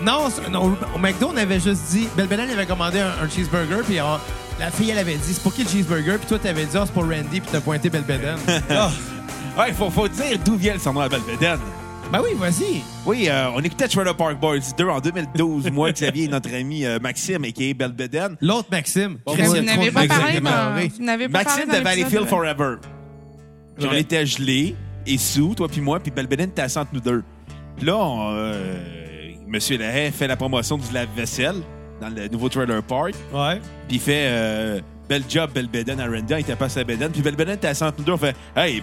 Non, c'est- non, au McDo, on avait juste dit. Belle Belen avait commandé un, un cheeseburger, puis on- la fille, elle avait dit c'est pour qui le cheeseburger, puis toi, t'avais dit Ah, c'est pour Randy, puis t'as pointé Belle Belen.
Ouais, faut, faut dire d'où vient le surnom à Belvedere.
ben oui, vas-y.
Oui, euh, on écoutait Trailer Park Boys 2 en 2012, moi, Xavier et notre ami euh, Maxime, a.k.a. Belvedere.
L'autre Maxime.
Mais
Vous
Christian
n'avez
Trump,
pas parlé
Maxime
dans.
Barré.
Vous n'avez pas
Maxime de
parlé dans
Valleyfield
l'épisode.
Forever. J'en
Vrai.
étais gelé et sous, toi puis moi, puis Belbeden était assis entre nous deux. Puis là, on, euh, Monsieur Lahaye fait la promotion du lave-vaisselle dans le nouveau trailer park.
Ouais.
Puis il fait euh, Bel job, Belbeden à Renda. Il était passé à Beden. Puis Belbeden était assis entre nous deux. On fait Hey,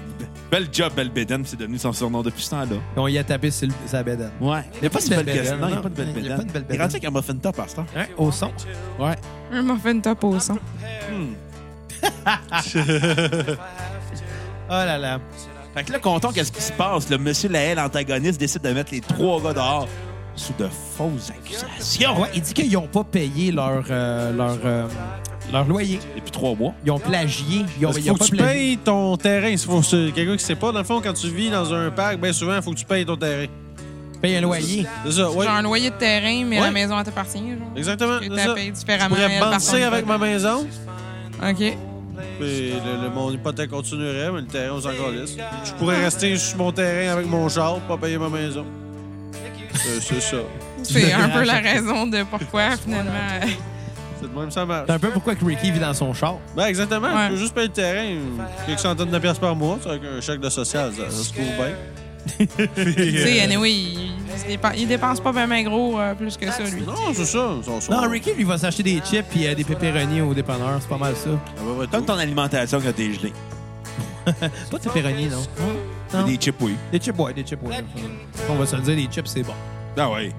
bel job, Belbeden. Puis c'est devenu son surnom depuis ce temps-là.
Puis on y a tapé sur le- sa Beden.
Ouais. Il n'y a pas
Pas
de
de
belle
Belbeden,
question. Non, il n'y a
non.
pas de
Il y a
Belbeden.
pas de Belbeden.
Il est rendu avec un muffin top par ce temps.
Hein, au son.
Ouais.
Un muffin top au son.
Oh là là.
Fait que là, content qu'est-ce qui se passe. Le monsieur Lahaye, l'antagoniste, décide de mettre les trois gars dehors sous de fausses accusations.
Ah Ouais, il dit qu'ils n'ont pas payé leur, euh, leur, euh, leur loyer.
Depuis trois mois.
Ils ont plagié. Ils ont,
Parce qu'il
ils ont
faut que tu
pas plagié.
payes ton terrain. C'est pour ceux- quelqu'un qui sait pas. Dans le fond, quand tu vis dans un parc, bien souvent, il faut que tu payes ton terrain.
Paye un loyer.
C'est ça, oui.
Genre un loyer de terrain, mais
Ouais.
la maison elle t'appartient. genre.
Exactement.
Que
c'est
t'as
ça.
payé
Je
différemment.
pourrais
elle, par
bouncer
contre.
avec ma maison.
OK.
Puis le, le- mon hypothèque continuerait, mais le terrain, on s'en calisse. Je pourrais rester sur mon terrain avec mon char, pas payer ma maison. Euh, c'est ça.
C'est un peu la raison de pourquoi, finalement.
C'est de même ça marche.
C'est un peu pourquoi que Ricky vit dans son char.
Ben, exactement.
Ouais.
Je peux juste payer le terrain. Quelques centaines de pièces par mois, ça, avec un chèque de social, ça, ça se trouve bien.
Tu sais, anyway, il, il dépen- il dépense pas vraiment gros euh, plus que ça, lui.
Non, c'est ça. ça, ça.
Non, Ricky, lui, va s'acheter des chips et des pépéroniers au dépanneur. C'est pas mal ça.
Ça va être
Comme
tout.
ton alimentation quand t'es gelé.
Pas de pépéroniers, non. Hein?
T'as
Non.
Des chips, oui.
Des chips, ouais, des chips, ouais. On va se le dire, les chips, c'est bon.
Ah ouais.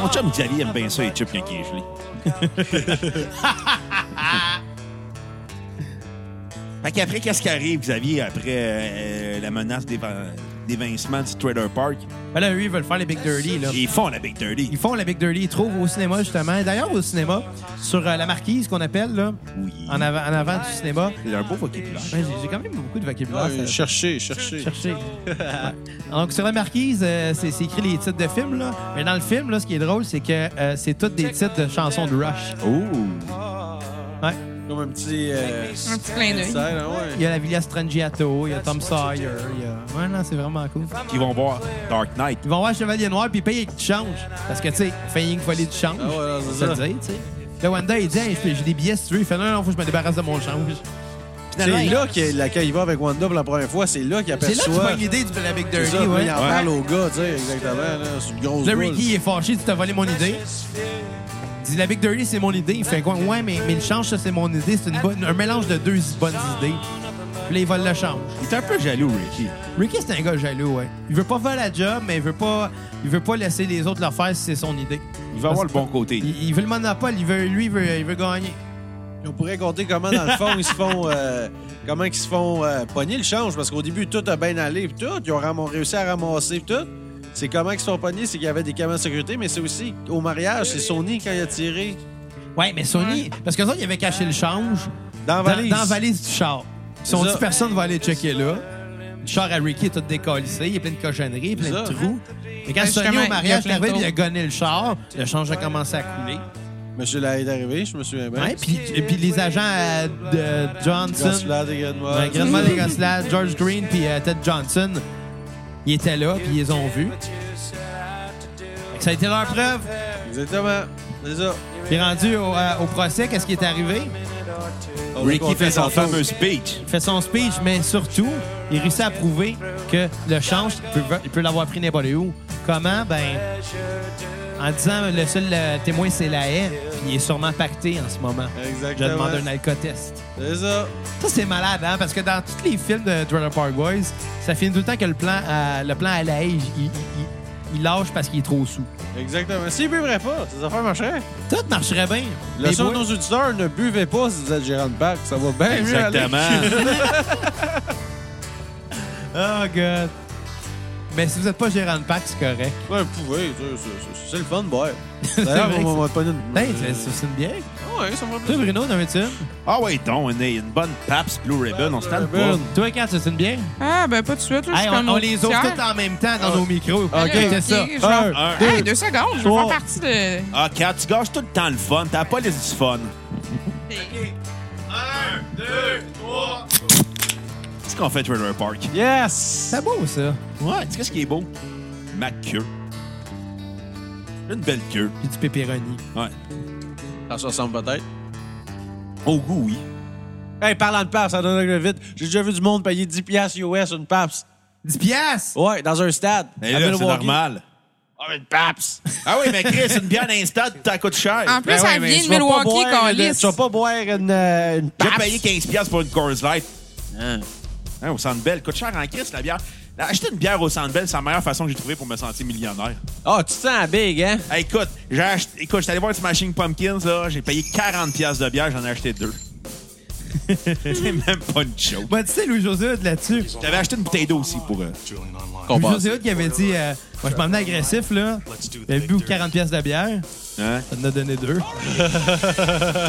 Mon chum Xavier aime bien ça, les chips quand il est gelé. fait qu'après, qu'est-ce qui arrive, Xavier, après euh, la menace d'éva- d'évincement du Trailer Park?
Ben là, eux, ils veulent faire les Big Dirty, là.
Ils font la Big
Ils
Dirty.
font la Big Dirty, ils trouvent au cinéma, justement. Et D'ailleurs, au cinéma, sur euh, la marquise qu'on appelle, là,
Oui.
en avant, en avant du cinéma,
C'est un beau vocabulaire.
ben, j'ai- j'ai quand même beaucoup de vocabulaire.
Ouais,
ça-
chercher, chercher.
chercher. Ouais. Donc, sur la marquise, euh, c'est c'est écrit les titres de films, là. Mais dans le film, là, ce qui est drôle, c'est que euh, c'est toutes des titres de chansons de Rush.
Oh!
Ouais.
Comme un petit. euh,
Un petit clin d'œil.
serre, hein, ouais.
Il y a la Villa Strangiato, il y a Tom Sawyer, il y a... Ouais, non, c'est vraiment cool.
Ils vont voir Dark Knight.
Ils vont voir Chevalier Noir puis ils payent avec du change. Parce que, tu sais, Faying Folie du change.
Ah ouais, non,
on
c'est
va
ça.
le dire, tu sais. Le Wanda, il dit, Hey, j'ai j'ai des billets si tu veux. Il fait, non, non, faut que je me débarrasse de mon change.
C'est
il-
là qu'il là, quand il va avec Wanda pour la première fois, c'est là qu'il
C'est là que tu
aperçoit.
vois l'idée du Big
C'est
Dirty,
ça, puis
ouais.
il en parle au gars, tu sais, exactement. là, C'est une grosse
Le
boule.
Ricky, il est fâché, tu t'as volé mon idée. Il dit, la Big Dirty, c'est mon idée. Il fait quoi? Ouais, mais, mais le change, ça, c'est mon idée. C'est une bonne- un mélange de deux bonnes idées. Puis là, il vole le change.
Il est un peu jaloux, Ricky.
Ricky, c'est un gars jaloux, ouais. Il veut pas voler la job, mais il veut pas, il veut pas laisser les autres le faire si c'est son idée.
Il va avoir le bon côté.
Il, il veut le monopole, il veut, lui, il veut, il veut gagner.
On pourrait compter comment, dans le fond, ils se font. euh, comment ils se font euh, pogner le change. Parce qu'au début, tout a bien allé, puis tout. Ils ont ram- réussi à ramasser, puis tout. C'est comment ils se font pogner, c'est qu'il y avait des caméras de sécurité, mais c'est aussi au mariage, c'est Sony quand il a tiré
Ouais, mais Sony, parce que ça, il avait caché le change
Ah, dans
dans,
la valise.
dans la valise du char. Ils se sont
C'est
dit,
ça.
personne va aller checker là. Le char à Ricky est tout décalissé, il y a plein de cochonneries,
C'est
plein de
ça.
trous. Mais quand
Ouais,
Sony
justement,
au mariage
il
est
y a plein de
arrivé, puis
trous.
il a gonné le char, le change a commencé à couler.
Monsieur Lahaye est arrivé, je me souviens bien.
Ouais, puis, et puis les agents euh, de Johnson,
Gosselin, des gars de moi.
euh, Grenman et Gosselin, George Green puis euh, Ted Johnson, ils étaient là, puis ils les ont vus. Fait que Ça a été leur preuve.
Exactement. C'est ça.
Puis rendu au, euh, au procès, qu'est-ce qui est arrivé?
On va
Ricky
compter
fait son
tantôt.
fameux speech.
fait son speech, mais surtout, il réussit à prouver que le change, il peut, il peut l'avoir pris n'importe où. Comment? Ben, en disant le seul euh, témoin, c'est la haie, puis il est sûrement pacté en ce moment. Je
Exactement.
demande un alcotest.
C'est ça.
Ça, c'est malade, hein? Parce que dans tous les films de Trailer Park Boys, ça finit tout le temps que le plan, euh, le plan à la haie, il, il- il- il lâche parce qu'il est trop sous.
Exactement. S'ils buvraient pas, ces affaires marcheraient.
Tout marcherait bien.
Le
Les
son de
boys-
nos auditeurs, ne buvez pas si vous êtes gérant de bac. Ça va bien mieux aller.
Exactement.
Oh, God. Mais si vous n'êtes pas gérant de pack, c'est correct.
Ouais, vous pouvez. tu sais, c'est- c'est- C'est le fun, boy. D'ailleurs,
vrai que
on va pas une...
Ben,
Hey, c'est- c'est c'est une bière.
Ah Ouais, ça me
Toi,
plaisir.
Bruno, t'en veux-tu une?
Ah ouais, donc, une, une bonne Paps Blue Ribbon, on se tente
Blue
pas.
Ribbon.
Toi, Kat, c'est une bière?
Ah, ben pas tout de suite. Là, je
Hey,
suis
on,
comme
on les ouvre
auditeur.
toutes en même temps dans
Ah.
nos micros.
Ah, OK.
C'était ça.
Ok,
Un,
genre-
Un.
Hey, deux secondes, je vais
Trois.
faire partie de.
Ah, Kat, tu gâches tout le temps le fun. T'as pas les du fun. Qu'est-ce qu'on fait, Trailer Park?
Yes!
C'est beau, ça.
Ouais, tu sais ce qui est beau? Ma queue. Une belle queue.
Puis du pepperoni.
Ouais.
Ça se ressemble peut-être.
Au goût, oui.
Hey, parlant de PAPS, ça donne le vite. J'ai déjà vu du monde payer 10 piastres US une PAPS.
10 piastres!
Ouais, dans un stade.
Mais
à
Ben là, c'est
Milwaukee.
normal. Ah, une Paps! Ah oui, mais Chris, une bière d'un stade, ça coûte cher.
En plus,
Ben ouais,
elle
mais
vient
tu
de
vas pas
Milwaukee,
boire une-
Calis.
Tu vas pas boire une, euh, une
J'ai
Pabst.
payé 15$ pour une Coors Light. Hein, au Centre Bell. Coûte cher en Chris, la bière. Acheter une bière au Centre Bell, c'est la meilleure façon que j'ai trouvé pour me sentir millionnaire.
Ah, tu te sens big, hein?
Hey, écoute, j'ai acheté, écoute, j'étais allé voir Smashing Pumpkins, là. J'ai payé 40$ de bière, j'en ai acheté deux. c'est même pas une joke.
Bah, tu sais, Louis-José Hood, là-dessus.
J'avais acheté une bouteille d'eau aussi pour. euh,
Oh,
Louis-José Hood qui avait dit euh, Moi, je m'emmenais agressif, là. J'avais bu 40 pièces de bière.
hein?
Ça en a donné deux.
Tu sais,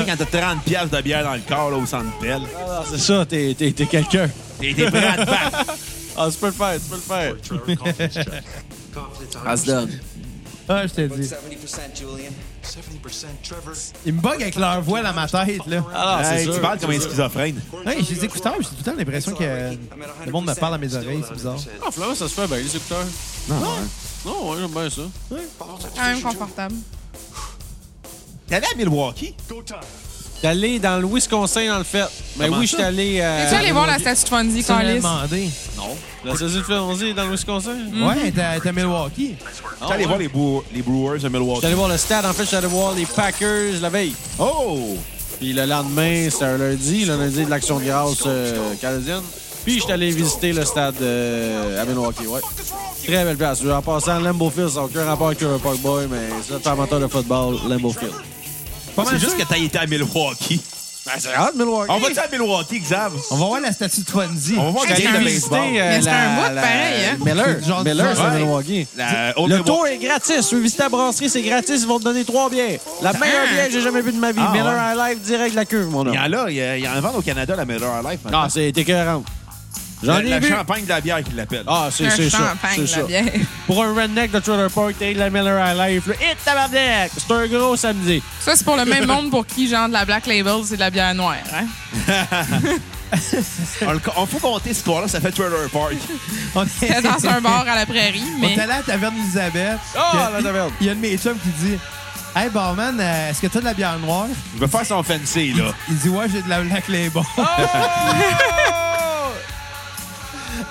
quand t'as 30$ de bière dans le corps, là, au Centre Bell,
Ah, c'est ça, t'es, t'es- t'es quelqu'un.
t'es t'es prêt à te battre.
Ah, tu peux le faire, tu peux le faire.
I was done.
Ah, je te dis.
70%, Julian. 70%, Trevor.
Ils me buguent avec leur voix dans ma tête, là.
Alors, Ah, c'est
Hey,
sûr.
tu parles comme un schizophrène.
Hey, j'ai des écouteurs, j'ai tout le temps l'impression que euh, le monde me parle à mes oreilles, c'est bizarre.
Ah, finalement, ça se fait bien, les écouteurs.
Non, hein.
Non, ouais, j'aime bien ça.
Quand Ah, même confortable.
T'es allé à Milwaukee?
T'es allé dans le Wisconsin, dans le fait. Mais
Comment
oui,
ça?
je suis allé. Euh,
Es-tu allé voir la statue de Fonzie,
Tu l'as
Calis?
demandé.
La saison de Fonzie dans le Wisconsin?
Ouais, t'as t'as Milwaukee.
T'es allé voir les, Brewers- les Brewers de Milwaukee.
J'étais allé voir le stade. En fait, j'étais allé voir les Packers la veille.
Oh!
Puis le lendemain, c'était un lundi, le lundi de l'Action de grâce euh, canadienne. Puis j'étais allé visiter le stade euh, à Milwaukee, ouais. Très belle place. En passant, Lambeau Field, ça n'a aucun rapport avec le Park Boy, mais c'est un amateur de football, Lambeau Field.
Pas mal
C'est juste
sûr.
que t'as été à Milwaukee.
C'est hâte, Milwaukee!
On va-tu à Milwaukee, Xav?
On va voir la statue de Twanzy.
On va voir
J'ai
game de
visité,
baseball.
euh,
Mais c'est
la-
un bout de
la-
pareil, hein?
Miller,
C'est genre-
Miller, c'est à
Ouais.
Milwaukee.
La- au
Le
Milwaukee.
tour est gratis. Tu veux visiter la brasserie, c'est gratis. Ils vont te donner trois bières. La
Ah.
meilleure bière que j'ai jamais vue de ma vie.
Ah,
Miller
ouais.
High Life, direct de la cuve, mon
Il
homme.
y en a, il y a- il y en vend au Canada, la Miller High Life. maintenant.
Ah, c'est écœurant. J'en
la,
ai
la
vu.
champagne de la bière qu'il l'appelle.
Ah, c'est
Un
c'est ça.
champagne,
C'est
la
ça.
bière.
Pour un redneck de Trailer Park, t'as eu de la Miller High Life. là. Hit tabarnak! C'est un gros samedi.
Ça, c'est pour le même monde pour qui, genre, de la Black Label, c'est de la bière noire. Hein?
On, le- on faut compter ce soir-là, ça fait Trailer Park.
On
C'était
est
dans un bar à la prairie,
On est
mais
allé à la taverne Elisabeth.
Ah,
Il y a-
la taverne.
Il y a un de mes chums qui dit Hey, barman, euh, est-ce que t'as de la bière noire
Il veut faire son fancy, là.
Il dit Ouais, j'ai de la Black Label.
Oh!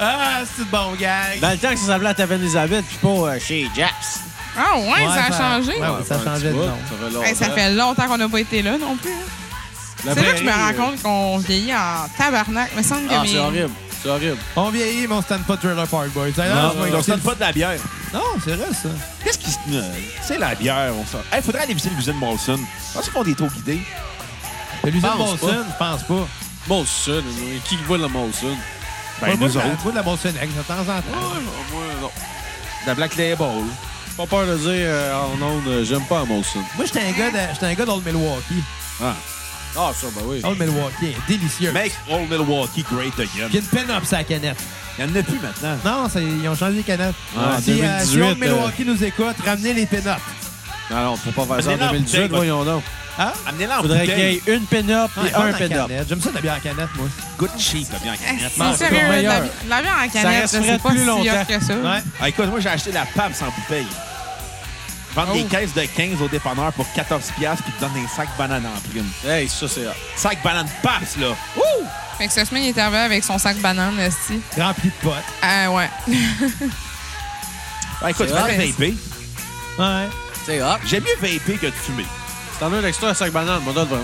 ah, c'est de bon gag.
Dans le temps que ça s'appelait à Taverne Elizabeth, puis pas euh, chez Japs.
Ah ouais,
Ouais,
ça a changé.
ouais, ouais, ça changeait de nom.
Ça fait longtemps.
Hey, ça fait longtemps qu'on n'a pas été là non plus. hein.
La
C'est là que je me rends
prairie, euh,
compte qu'on vieillit en tabarnak. Il me semble que
Ah,
mes-
c'est horrible. C'est horrible.
On vieillit, mais on stand pas Trailer Park Boys. D'ailleurs,
Non,
je vais
on se
écouter
donne pas de la bière.
le- Non, c'est vrai, ça.
Qu'est-ce qui se. euh, C'est la bière, on sort. Hey, faudrait aller visiter l'usine Molson. Parce qu'on est trop guidés.
Mais L'usine
Pense
Molson, je pense pas.
Molson. euh, Qui voit le Molson?
moi,
Ben, nous
je bois de la-
autres.
je bois de la Molson Egg de temps en temps.
Ouais, moi, non.
La Black Label.
Pas peur de dire euh, en ondes, euh, j'aime pas Molson.
Moi, j'étais un gars de- j'étais un gars d'Old Milwaukee.
Ah, ça, ben oui.
Old Milwaukee, est délicieux.
Make Old Milwaukee great
Puis
again.
il y a une pen-up sur la canette.
Il y en a plus maintenant.
Non, c'est- ils ont changé les canettes.
Ah,
si, euh, si
2018,
Old Milwaukee nous écoute, ramenez les pin-up.
Non, non, Ah, faut pas faire ça en
Amenez-la en
2018,
bouteille,
voyons donc.
Hein?
Amenez-la en
Faudrait
bouteille.
qu'il y ait une pin-up
Ah,
et un
bonne en
pin-up.
canette. J'aime ça de la bière en canette, moi.
Good cheap, la bière en
Hey,
canette.
C'est sérieux, de la,
Ben, meilleur.
de la bière en canette,
resterait
c'est pas
plus
si hot
longtemps.
que ça.
Ouais.
Ah, écoute, moi, j'ai acheté la PAB sans bouteille. Vendre des
Oh.
caisses de 15 au dépanneur pour 14$ piastres, puis te donne un sac banane en prime.
Hey, ça, c'est...
Sac banane PAPS, là!
Fait que cette semaine, il est arrivé avec son sac banane, esti.
Rempli de potes.
Ah ouais.
Ah, écoute,
C'est
tu vas
vrai.
vaper.
Ouais.
Say up.
Ah. J'aime mieux vaper que de fumer.
C'est T'en as un extra à 5 bananes, mon d'autres.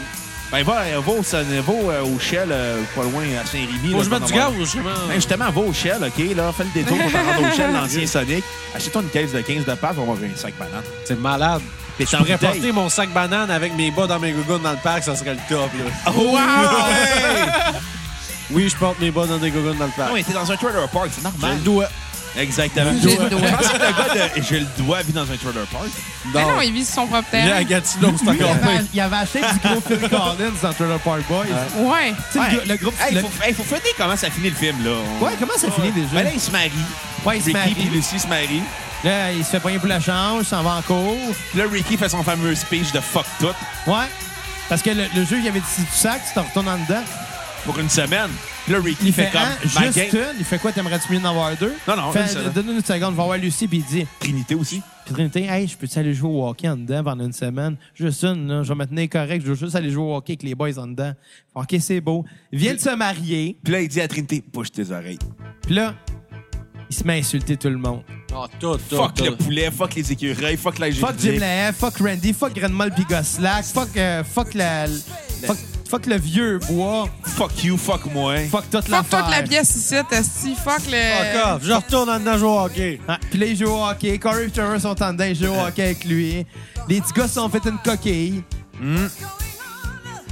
Ben, va, euh, va au, Sun- va, euh, au Shell, euh, pas loin, à Saint-Rémy.
Faut
là,
que je mette
t'en
du
avoir-
gaz, justement.
Ben, justement, va au Shell, OK? Là, fais le détour pour t'en rendre au Shell, l'ancien Sonic. Achète-toi une caisse de 15 de pâtes, on va avoir un sac banane.
C'est malade.
T'es
Je
en
pourrais
bouteille.
porter mon sac banane avec mes bas dans mes gougounes dans le parc, ça serait le top, là.
Oh, Wow! hey!
Oui, je porte mes bas dans des gougounes dans le
Non,
parc.
mais t'es dans un trailer park, c'est
Ben,
J'ai
normal.
le doigt.
Exactement.
J'ai le doigt.
Je pense que le gars de J'ai le doigt vit dans un trailer park.
Mais non,
Non.
il vit sur son propre
Là, à
terrain.
Gatineau, c'est
Il
encore pire.
avait, il avait acheté du gros Phil Collins dans Trailer Park Boys. Tu
Ouais.
sais,
Ouais.
le, le groupe.
Hey,
le-
faut, hey, faut fêter comment ça finit le film, là. On-
Ouais, comment ça finit déjà?
Ben là, ils se marient.
Ouais, ils se marient.
Ricky et Lucy se marient.
Là, il se fait pogner pour la change, il s'en va en cours.
Puis là, Ricky fait son fameux speech de fuck tout
Ouais. Parce que le, le jeu, il y avait dit si tu sacs, tu t'en retournes en dedans.
pour une semaine. Puis là, Ricky
Il fait,
comme
un,
ma
juste
gang-
une. Il fait quoi? T'aimerais-tu mieux en avoir deux?
Non, non, une
Fait,
seule.
Donne-nous une seconde, va voir Lucie, puis il dit
Trinité aussi.
Puis Trinité, hey, je peux-tu aller jouer au hockey en dedans pendant une semaine? Juste une, là, je vais me tenir correct, je veux juste aller jouer au hockey avec les boys en dedans. Ok, c'est beau. Ils viennent se marier,
Puis là, il dit à Trinité, bouge tes oreilles.
puis là, il se met à insulter tout le monde.
Ah, tout, tout,
Fuck
tout.
le poulet, fuck les écureuils, fuck la
Fuck Jim Lahaye, fuck Randy, fuck Grenmal pis Goslack, fuck, euh, fuck, la, fuck, fuck le vieux bois,
Fuck you, fuck moi.
fuck toute la
Fuck toute la pièce ici, Testi. Fuck
Fuck
le.
off. Je retourne en dedans jouer au hockey.
Ah, Puis là, ils jouent au hockey. Corey et Trevor sont en dedans, ils jouent au
Euh.
hockey avec lui. Les petits gars se sont fait une coquille.
Hmm.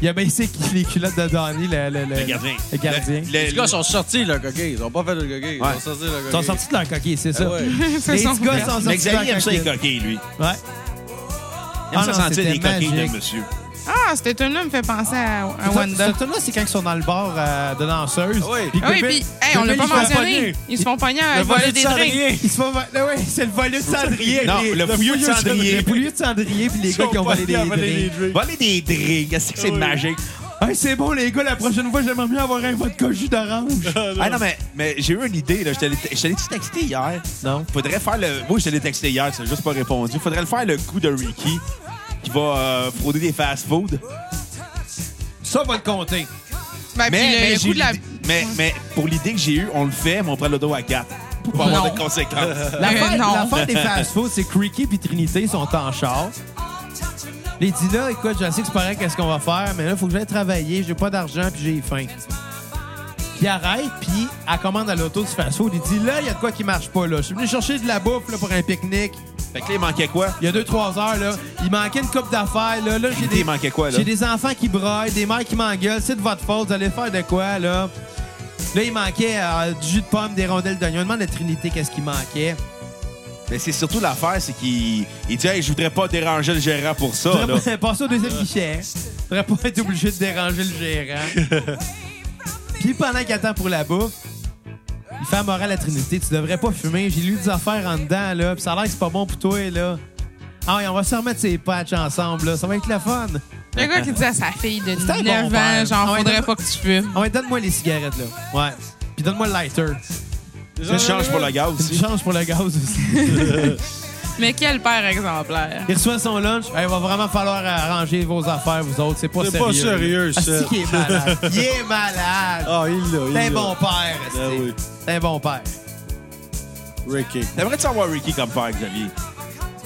Il a baissé les culottes de Donnie, le, le- le-
Le gardien.
le gardien.
Le-
Les gars sont sortis, le coquille. Ils ont pas fait le coquille. Ils
Ouais.
sont sortis, le
Ils
coquille.
sont sortis de leur coquille, c'est
Ah
ça.
ouais.
C'est
Les
son-
petits gars sont
Mais
sortis de
Xavier
leur
aime ça les
coquille.
coquilles, lui.
Ouais.
Il aime
Ah
ça
non,
sentir
c'était
les coquilles
magique.
de monsieur.
Ah, cette tune-là me fait penser à, à Wanda.
Surtout là, c'est quand ils sont dans le bar euh, de danseuse.
Ah oui.
Ah oui, puis, hey, on l'a pas mentionné. Ils se font pogner à
Le
voler
volet de
des drinks.
cendrier.
Ils se font. voler- Ouais, c'est le volet de cendrier.
Non,
les-
le fouilleux de cendrier.
Le fouilleux de cendrier, puis les gars qui ont volé des drinks.
Voler des drinks, est-ce que c'est magique?
Hey, c'est bon, les gars, la prochaine fois, j'aimerais mieux avoir un vodka jus d'orange.
Ah non, mais, mais j'ai eu une idée. Là. Je t'allais je t'allais-tu texter hier.
Non.
Faudrait faire le. Moi, je te l'ai texté hier, ça n'a juste pas répondu. Faudrait le faire le coup de Ricky qui va euh, frauder des fast-food.
Ça va le compter.
Ben, puis
Mais,
le-
mais,
le
j'ai
coup de la.
l'idée- mais, mais pour l'idée que j'ai eue, on le fait, mais on prend le dos à quatre. Pour pas avoir
Non.
de conséquences.
L'affaire
Euh, non.
l'affaire des fast-foods, c'est Creaky puis Trinité sont en char. Les dit là, écoute, je sais que c'est pareil, qu'est-ce qu'on va faire, mais là, il faut que j'aille travailler, j'ai pas d'argent puis j'ai faim. Puis il arrête, puis elle commande à l'auto du fast-food. Il dit là, il y a de quoi qui marche pas, là. Je suis venu chercher de la bouffe là, pour un pique-nique.
Fait que là, il manquait quoi?
Il y a deux, trois heures, là. Il manquait une coupe d'affaires, là. Là, j'ai
Trinité,
des,
il manquait quoi, là?
j'ai des enfants qui braillent, des mères qui m'engueulent. C'est de votre faute, vous allez faire de quoi, là? Là, il manquait euh, du jus de pomme, des rondelles d'oignon. Demande à Trinité qu'est-ce qui manquait.
Mais Ben, c'est surtout l'affaire, c'est qu'il il dit, hey, je voudrais pas déranger le gérant pour ça. Là.
Faudrait pas- passer au deuxième guichet. Faudrait pas être obligé de déranger le gérant. Puis pendant qu'il attend pour la bouffe, il fait la morale à Trinité. Tu devrais pas fumer. J'ai lu des affaires en dedans, là. Puis ça a l'air que c'est pas bon pour toi, là. Ah, et on va se remettre ses patchs ensemble, là. Ça va être le fun.
Le gars qui dit à sa fille de
C'était un
9
bon père.
ans, genre,
Ouais,
faudrait
donne-
pas que tu fumes.
Ah ouais, donne-moi les cigarettes, là. Ouais. Puis donne-moi le lighter.
Je change pour le gaz
Une
aussi.
change pour le gaz aussi.
Mais quel père exemplaire.
Il reçoit son lunch. Hey, il va vraiment falloir arranger vos affaires, vous autres. C'est pas
C'est
sérieux.
pas sérieux,
Ah,
ça.
si, qu'il est malade. Il est malade.
Ah, il l'a, il
T'es un
l'a.
bon père, Esti.
Ben oui.
T'es un bon père.
Ricky.
T'aimerais-tu avoir Ricky comme père, Xavier?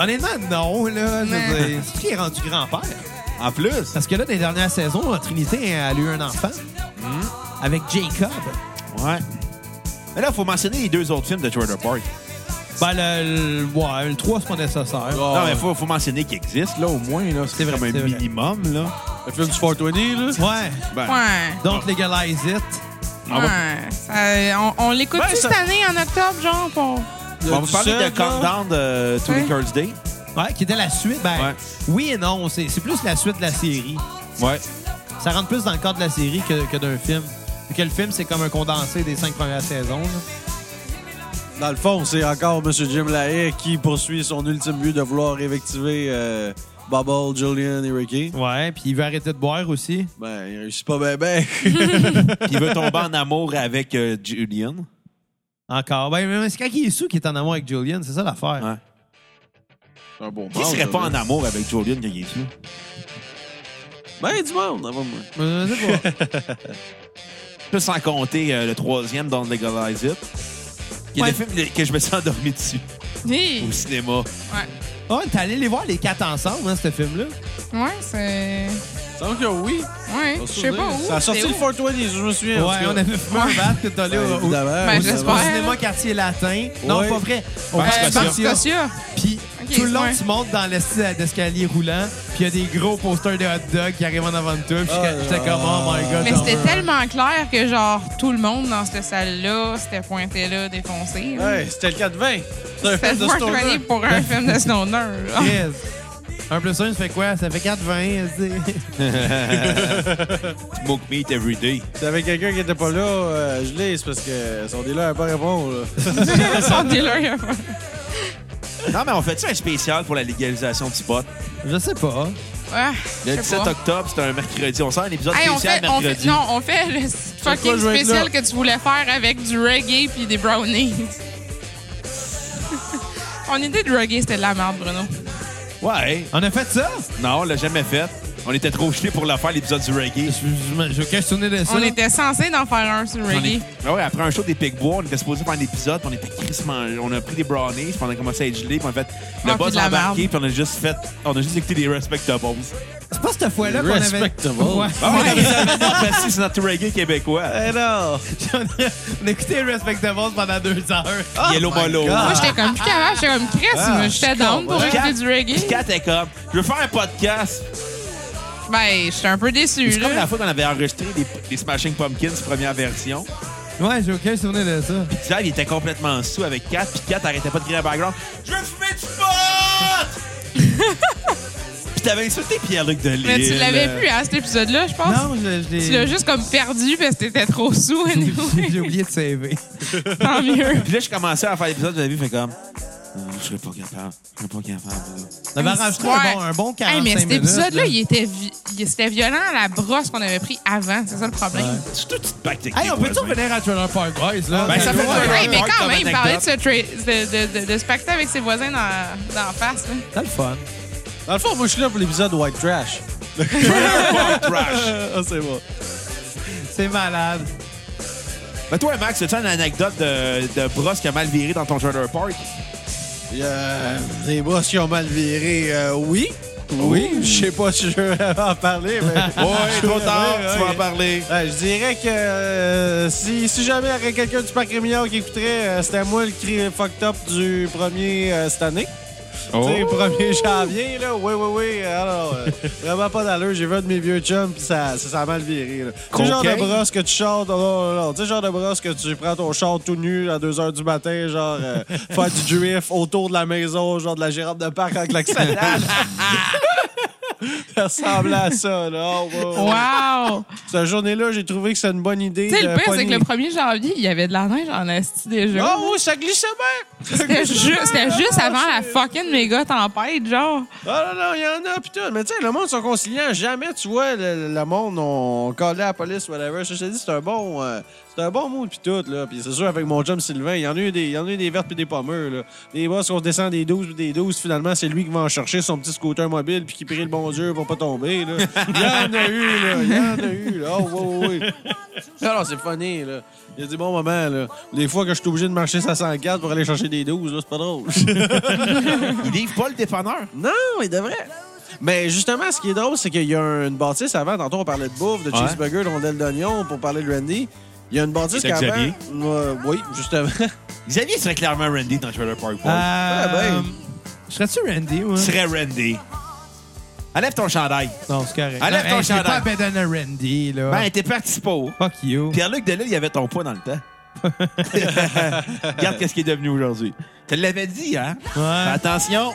Honnêtement, non, là. Je veux
Mais-
dire, c'est qui est rendu grand-père?
En plus?
Parce que là, dans les dernières saisons, Trinité, elle a eu un enfant. Avec Jacob.
Ouais. Mais là, il faut mentionner les deux autres films de Trailer Park.
Ben, le, le- ouais, le 3, c'est pas nécessaire.
Non,
Ah,
mais faut, faut mentionner qu'ils existent, là, au moins. là.
C'est vrai,
comme
c'est
un
vrai.
minimum, là.
Le film du 420, là.
Ouais.
Ben,
Ouais.
Donc, legalize it.
on va-
Ouais. Ça- on on l'écoute
Ben, ça-
cette année en octobre, genre, pour.
on va
Du
parler
sel,
de
là.
Countdown de Tous les
Ouais.
Thursday.
Ouais, qui était la suite. Ben,
Ouais.
oui et non. C'est c'est plus la suite de la série.
Ouais.
Ça rentre plus dans le cadre de la série que, que d'un film. Vu que le film, c'est comme un condensé des cinq premières saisons. là.
Dans le fond, c'est encore M. Jim Lahaye qui poursuit son ultime but de vouloir réactiver euh, Bubble, Julian et Ricky.
Ouais, puis il veut arrêter de boire aussi.
Ben, il réussit pas ben ben.
Puis il veut tomber en amour avec euh, Julian.
Encore. Ben, mais c'est quand il est sous qu'il est en amour avec Julian, c'est ça l'affaire.
Ouais.
C'est un bon
Qui serait pas en amour avec Julian quand il est sous?
Ben, du monde, avant moi.
Euh, je sais pas.
Plus sans compter euh, le troisième, Don't Legalize It, qui est
Ouais.
le film que je me suis endormi dessus
Hi.
au cinéma.
Ouais.
Oh, t'es allé les voir les quatre ensemble, hein, ce film-là?
Ouais, c'est.
Donc, oui.
Ouais, je sais pas où.
Ça a sorti
c'est
le
où.
420, je me souviens. en tout
Ouais,
cas.
on avait fumé un bat que t'es allé
Ouais,
au, au-
évidemment,
Ben,
évidemment.
au
j'espère.
cinéma quartier latin. Non,
Ouais.
pas vrai. Au
Bar
Bar
Scotia.
Bar
Scotia.
Scotia.
Puis
Ok,
tout le long,
ouais.
tu montes dans l'esti d'escalier roulant, puis il y a des gros posters de hot dogs qui arrivent en avant de toi. Puis j'étais-
Oh
j'étais comme, oh my god.
Mais
j'en
c'était
veux un.
tellement clair que, genre, tout le monde dans cette salle-là s'était pointé là, défoncé. là.
Ouais, c'était le 420. C'est un
C'était
film de Stoner.
420 pour un film de Stoner. là.
Yes. Un plus un, ça fait quoi? Ça fait 4,20. c'est-
Smoke meat every day.
S'il y avait quelqu'un qui n'était pas là, euh, je l'ai, c'est parce que son délai n'a pas répondu. là.
Son dealer, il a pas-
Non, mais on fait-tu un spécial pour la légalisation du pot?
Je sais pas.
Ah,
Le
je sais
17
pas.
octobre, c'est un mercredi. On sort un épisode
Hey, on
spécial
fait, on fait-
mercredi.
non, on fait le
quoi,
fucking
je vais être
spécial
là?
que tu voulais faire avec du reggae puis des brownies. on était reggae, c'était de la merde, Bruno.
Ouais.
On a fait ça?
Non, on l'a jamais fait. On était trop gelés pour la faire, l'épisode du reggae.
Je, je, je veux questionner de ça.
On était censé d'en faire un sur le
On
reggae.
est- Ah ouais, après un show des Picbois, on était supposé faire un épisode, puis on était crissement. On a pris des brownies, puis on a commencé à être gelés, puis on a fait le
Ah, puis
boss
de la
embarqué,
merde.
puis on a juste fait. On a juste écouté des Respectables. Ah, Ouais.
C'est pas cette fois-là qu'on avait...
Respectable.
Ouais.
Ah, Merci, c'est notre reggae québécois.
Eh non!
on a écouté Respectables pendant deux heures.
Yellow Molo.
oh Moi, j'étais comme plus capable, j'étais comme Chris,
Ah,
mais j'étais
je
down pour
comprends.
écouter du
Puis
reggae.
Kat est comme, je veux faire un podcast.
Ben, j'étais un peu déçu,
C'est comme la
là.
fois qu'on avait enregistré les, les Smashing Pumpkins, première version.
Ouais, j'ai aucun souvenir de ça.
Puis Xav, il était complètement sous avec Kat, puis Kat arrêtait pas de crier en background Je veux fumer du pot! Puis t'avais insulté Pierre-Luc Delisle.
Mais tu l'avais
euh,
plus, hein, cet épisode-là, je pense.
Non, je, je l'ai...
Tu l'as juste comme perdu parce que t'étais trop sous, anyway.
J'ai oublié de saver.
Tant mieux.
Puis là, je commençais à faire l'épisode, j'avais vu, fait comme Euh, Je serais pas capable. Je serais pas capable. là.
On avait enregistré
Ouais.
un bon, un bon 45
Hey, mais cet
minutes,
épisode-là,
là.
il était, vi- il- c'était violent à la brosse qu'on avait pris avant. C'est ça le problème.
Surtout, tu te back
Hey, on peut-tu revenir à Trailer Park Boys, là?
Ben, ça fait
Ouais.
un-
Hey, mais
Park
quand
comme
même, il parlait de,
anecdote.
ce tra- de, de, de, de se pacter avec ses voisins dans, dans la face. là.
C'était le fun.
Dans le fond, moi, je suis là pour l'épisode White Trash.
trash.
Ah, c'est bon.
C'est malade.
Mais toi, Max, as-tu une anecdote de, de brosse qui a mal viré dans ton trailer park?
Il y a des euh, boss qui ont mal viré, euh, oui. Oui, je sais pas si je vais en parler, mais...
Ah, Ouais, trop tard, tu vas en parler.
Ouais, je dirais que euh, si, si jamais il y aurait quelqu'un du Parc Rémillard qui écouterait, euh, c'était moi le cri fucked up du premier euh, cette année.
Oh.
Oh.
Tu sais, 1er janvier, là, oui, oui, oui. Alors, euh, vraiment pas d'allure. J'ai vu un de mes vieux chums, puis ça, ça, ça a mal viré. là. Tu sais, genre de
Cocaine?
brosse que tu chantes, oh, non, non, non, non. Tu sais, genre de brosse que tu prends ton char tout nu à 2 h du matin, genre, euh, faire du drift autour de la maison, genre de la gérante de parc en klaxonnant. là. Ça ressemblait à ça, là. Oh, wow.
Wow!
Cette journée-là, j'ai trouvé que c'est une bonne idée.
tu sais,
de
le pire, c'est
pogner-
que le 1er janvier, il y avait de la neige en Asti déjà.
Ah
Oh!
oui, ça glissait bien! Ça
C'était
glissait
ju-
bien,
c'était
là.
juste avant la fucking méga tempête, genre.
Ah non, non, il y en a, pis tout. Mais tu sais, le monde sont conciliants. Jamais, tu vois, le, le monde, on collait à la police, whatever. Ça, je te dis, c'est un bon... euh, c'est un bon mood, pis tout, là. Pis c'est sûr, avec mon chum Sylvain, il y en a eu des, il y en a eu des vertes pis des pommeurs, là. Des boss qu'on descend des 12 pis des 12, finalement, c'est lui qui va en chercher son petit scooter mobile pis qui prie le bon Dieu pour pas tomber, là. Il y en a eu, là. Il y en a eu, là. Oh, oui, oui, oui. Non, non, c'est funny, là. Il y a des bons moments, là. Des fois que je suis obligé de marcher 504 pour aller chercher des 12, là, c'est pas drôle.
Il livre pas le dépanneur.
Non, il devrait. Mais justement, ce qui est drôle, c'est qu'il y a une bâtisse avant. Tantôt, on parlait de bouffe, de
Ouais.
cheeseburger, de rondelles d'oignon pour parler de Randy. Il y a une bâtisse
C'est
qu'avant...
Xavier.
Euh, oui, justement.
Xavier serait clairement Randy dans Trailer Park Boys.
Euh,
ben.
Je serais-tu Randy, moi?
Tu serais Randy. Enlève ton chandail.
Non, c'est correct.
Enlève
Non,
ton
hey, j'ai
chandail.
pas abandonné à Randy, là.
Ben, t'es parti pour.
Fuck you.
Pierre-Luc Delisle, il avait ton poids dans le temps. Regarde qu'est-ce qu'il est devenu aujourd'hui. Tu l'avais dit, hein? Fais
Ouais.
attention.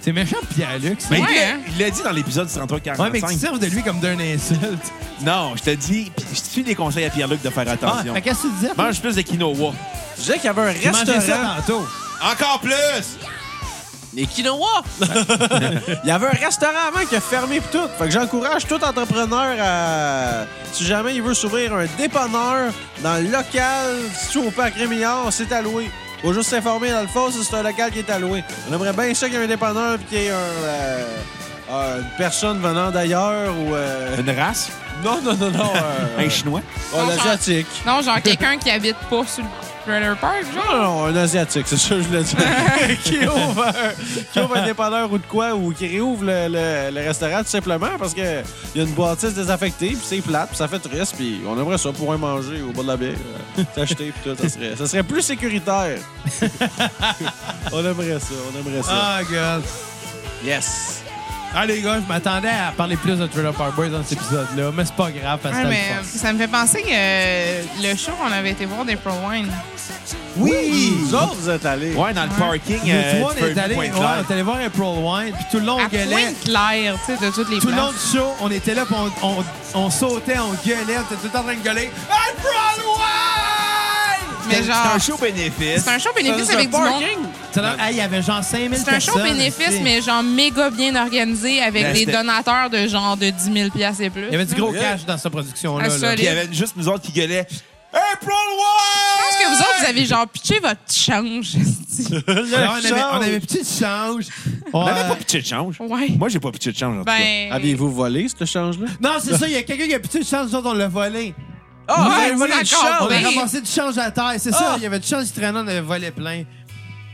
C'est méchant, Pierre-Luc. ça.
Mais
Ouais,
il l'a-
hein?
il l'a dit dans l'épisode 33-45.
mais qui servent de lui comme d'un insulte.
non, je te dis, puis je suis des conseils à Pierre-Luc de faire
Ah,
attention.
fait qu'est-ce que tu disais? toi?
Mange plus de quinoa.
Je disais qu'il y avait un
J'ai mangé
restaurant...
ça tantôt.
Encore plus!
Les quinoa! Il y avait un restaurant avant qui a fermé pis tout. Fait que j'encourage tout entrepreneur à... Si jamais il veut s'ouvrir un dépanneur dans le local, si au parc Rémillard, c'est alloué. Faut juste s'informer dans le fond si c'est un local qui est alloué. On aimerait bien ça qu'il y ait un dépanneur pis qu'il y ait un, euh, euh, une personne venant d'ailleurs ou... euh,
Une race?
Non, non, non, non. euh,
Un chinois?
oh, l'asiatique.
Non, genre quelqu'un qui habite pas sur le Trailer Park, genre.
Non, non, un Asiatique, c'est ça que je voulais dire. qui, ouvre un, qui ouvre un dépanneur ou de quoi, ou qui réouvre le, le- le restaurant tout simplement parce qu'il y a une bâtisse désaffectée, puis c'est plate, puis ça fait triste, puis on aimerait ça pour un manger au bas de la bière, euh, s'acheter, puis tout. Ça serait, ça serait plus sécuritaire. on aimerait ça, on aimerait ça.
Oh, God.
Yes!
Ah, les gars, je m'attendais à parler plus de Trailer Park Boys dans cet épisode-là, mais c'est pas grave parce que
Ouais,
c'était
mais
le fun.
ça me fait penser que euh, le show qu'on avait été voir d'April Wine.
Oui! Vous autres, vous êtes allés.
Ouais, dans le parking,
Nous
euh,
trois,
tu
on
peux
est
plus
allés- ouais,
Pointe-Claire.
on est allé voir April Wine, puis tout le long,
À
on gueulait.
Pointe-Claire, tu sais, de toutes les
Tout le long
places.
du show, on était là, puis on, on, on sautait, on gueulait, on était tout le temps en train de gueuler. April Wine!
Mais
C'est
genre,
un show bénéfice.
c'est un show
Ça,
bénéfice
c'est
avec
un
du monde.
parking.
C'est là, hey, il y avait genre 5000
C'est un
personnes.
show bénéfice,
ici.
mais genre méga bien organisé avec
Mais
des
c'était-
donateurs de genre de 10 000 piastres et plus.
Il y avait du gros
Ouais.
cash dans cette production-là.
Un
là.
Puis il y avait juste nous autres qui gueulaient April Wine!
Je pense que vous autres, vous avez genre pitché votre change.
Alors, on, avait,
change.
on avait petit change.
On
Ouais.
n'avait pas pitché de change.
Ouais.
Moi, j'ai pas pitché de change. en tout cas.
ben.
Aviez-vous volé, ce change-là?
Non, c'est ça, il y a quelqu'un qui a petit change, nous autres, on l'a volé.
Ah,
Vous
ouais,
avez
moi,
volé le
d'accord,
change.
On
ben-
a ramassé du change à la terre, c'est ça.
Ah!
Il y avait du change qui traînait, on avait volé plein.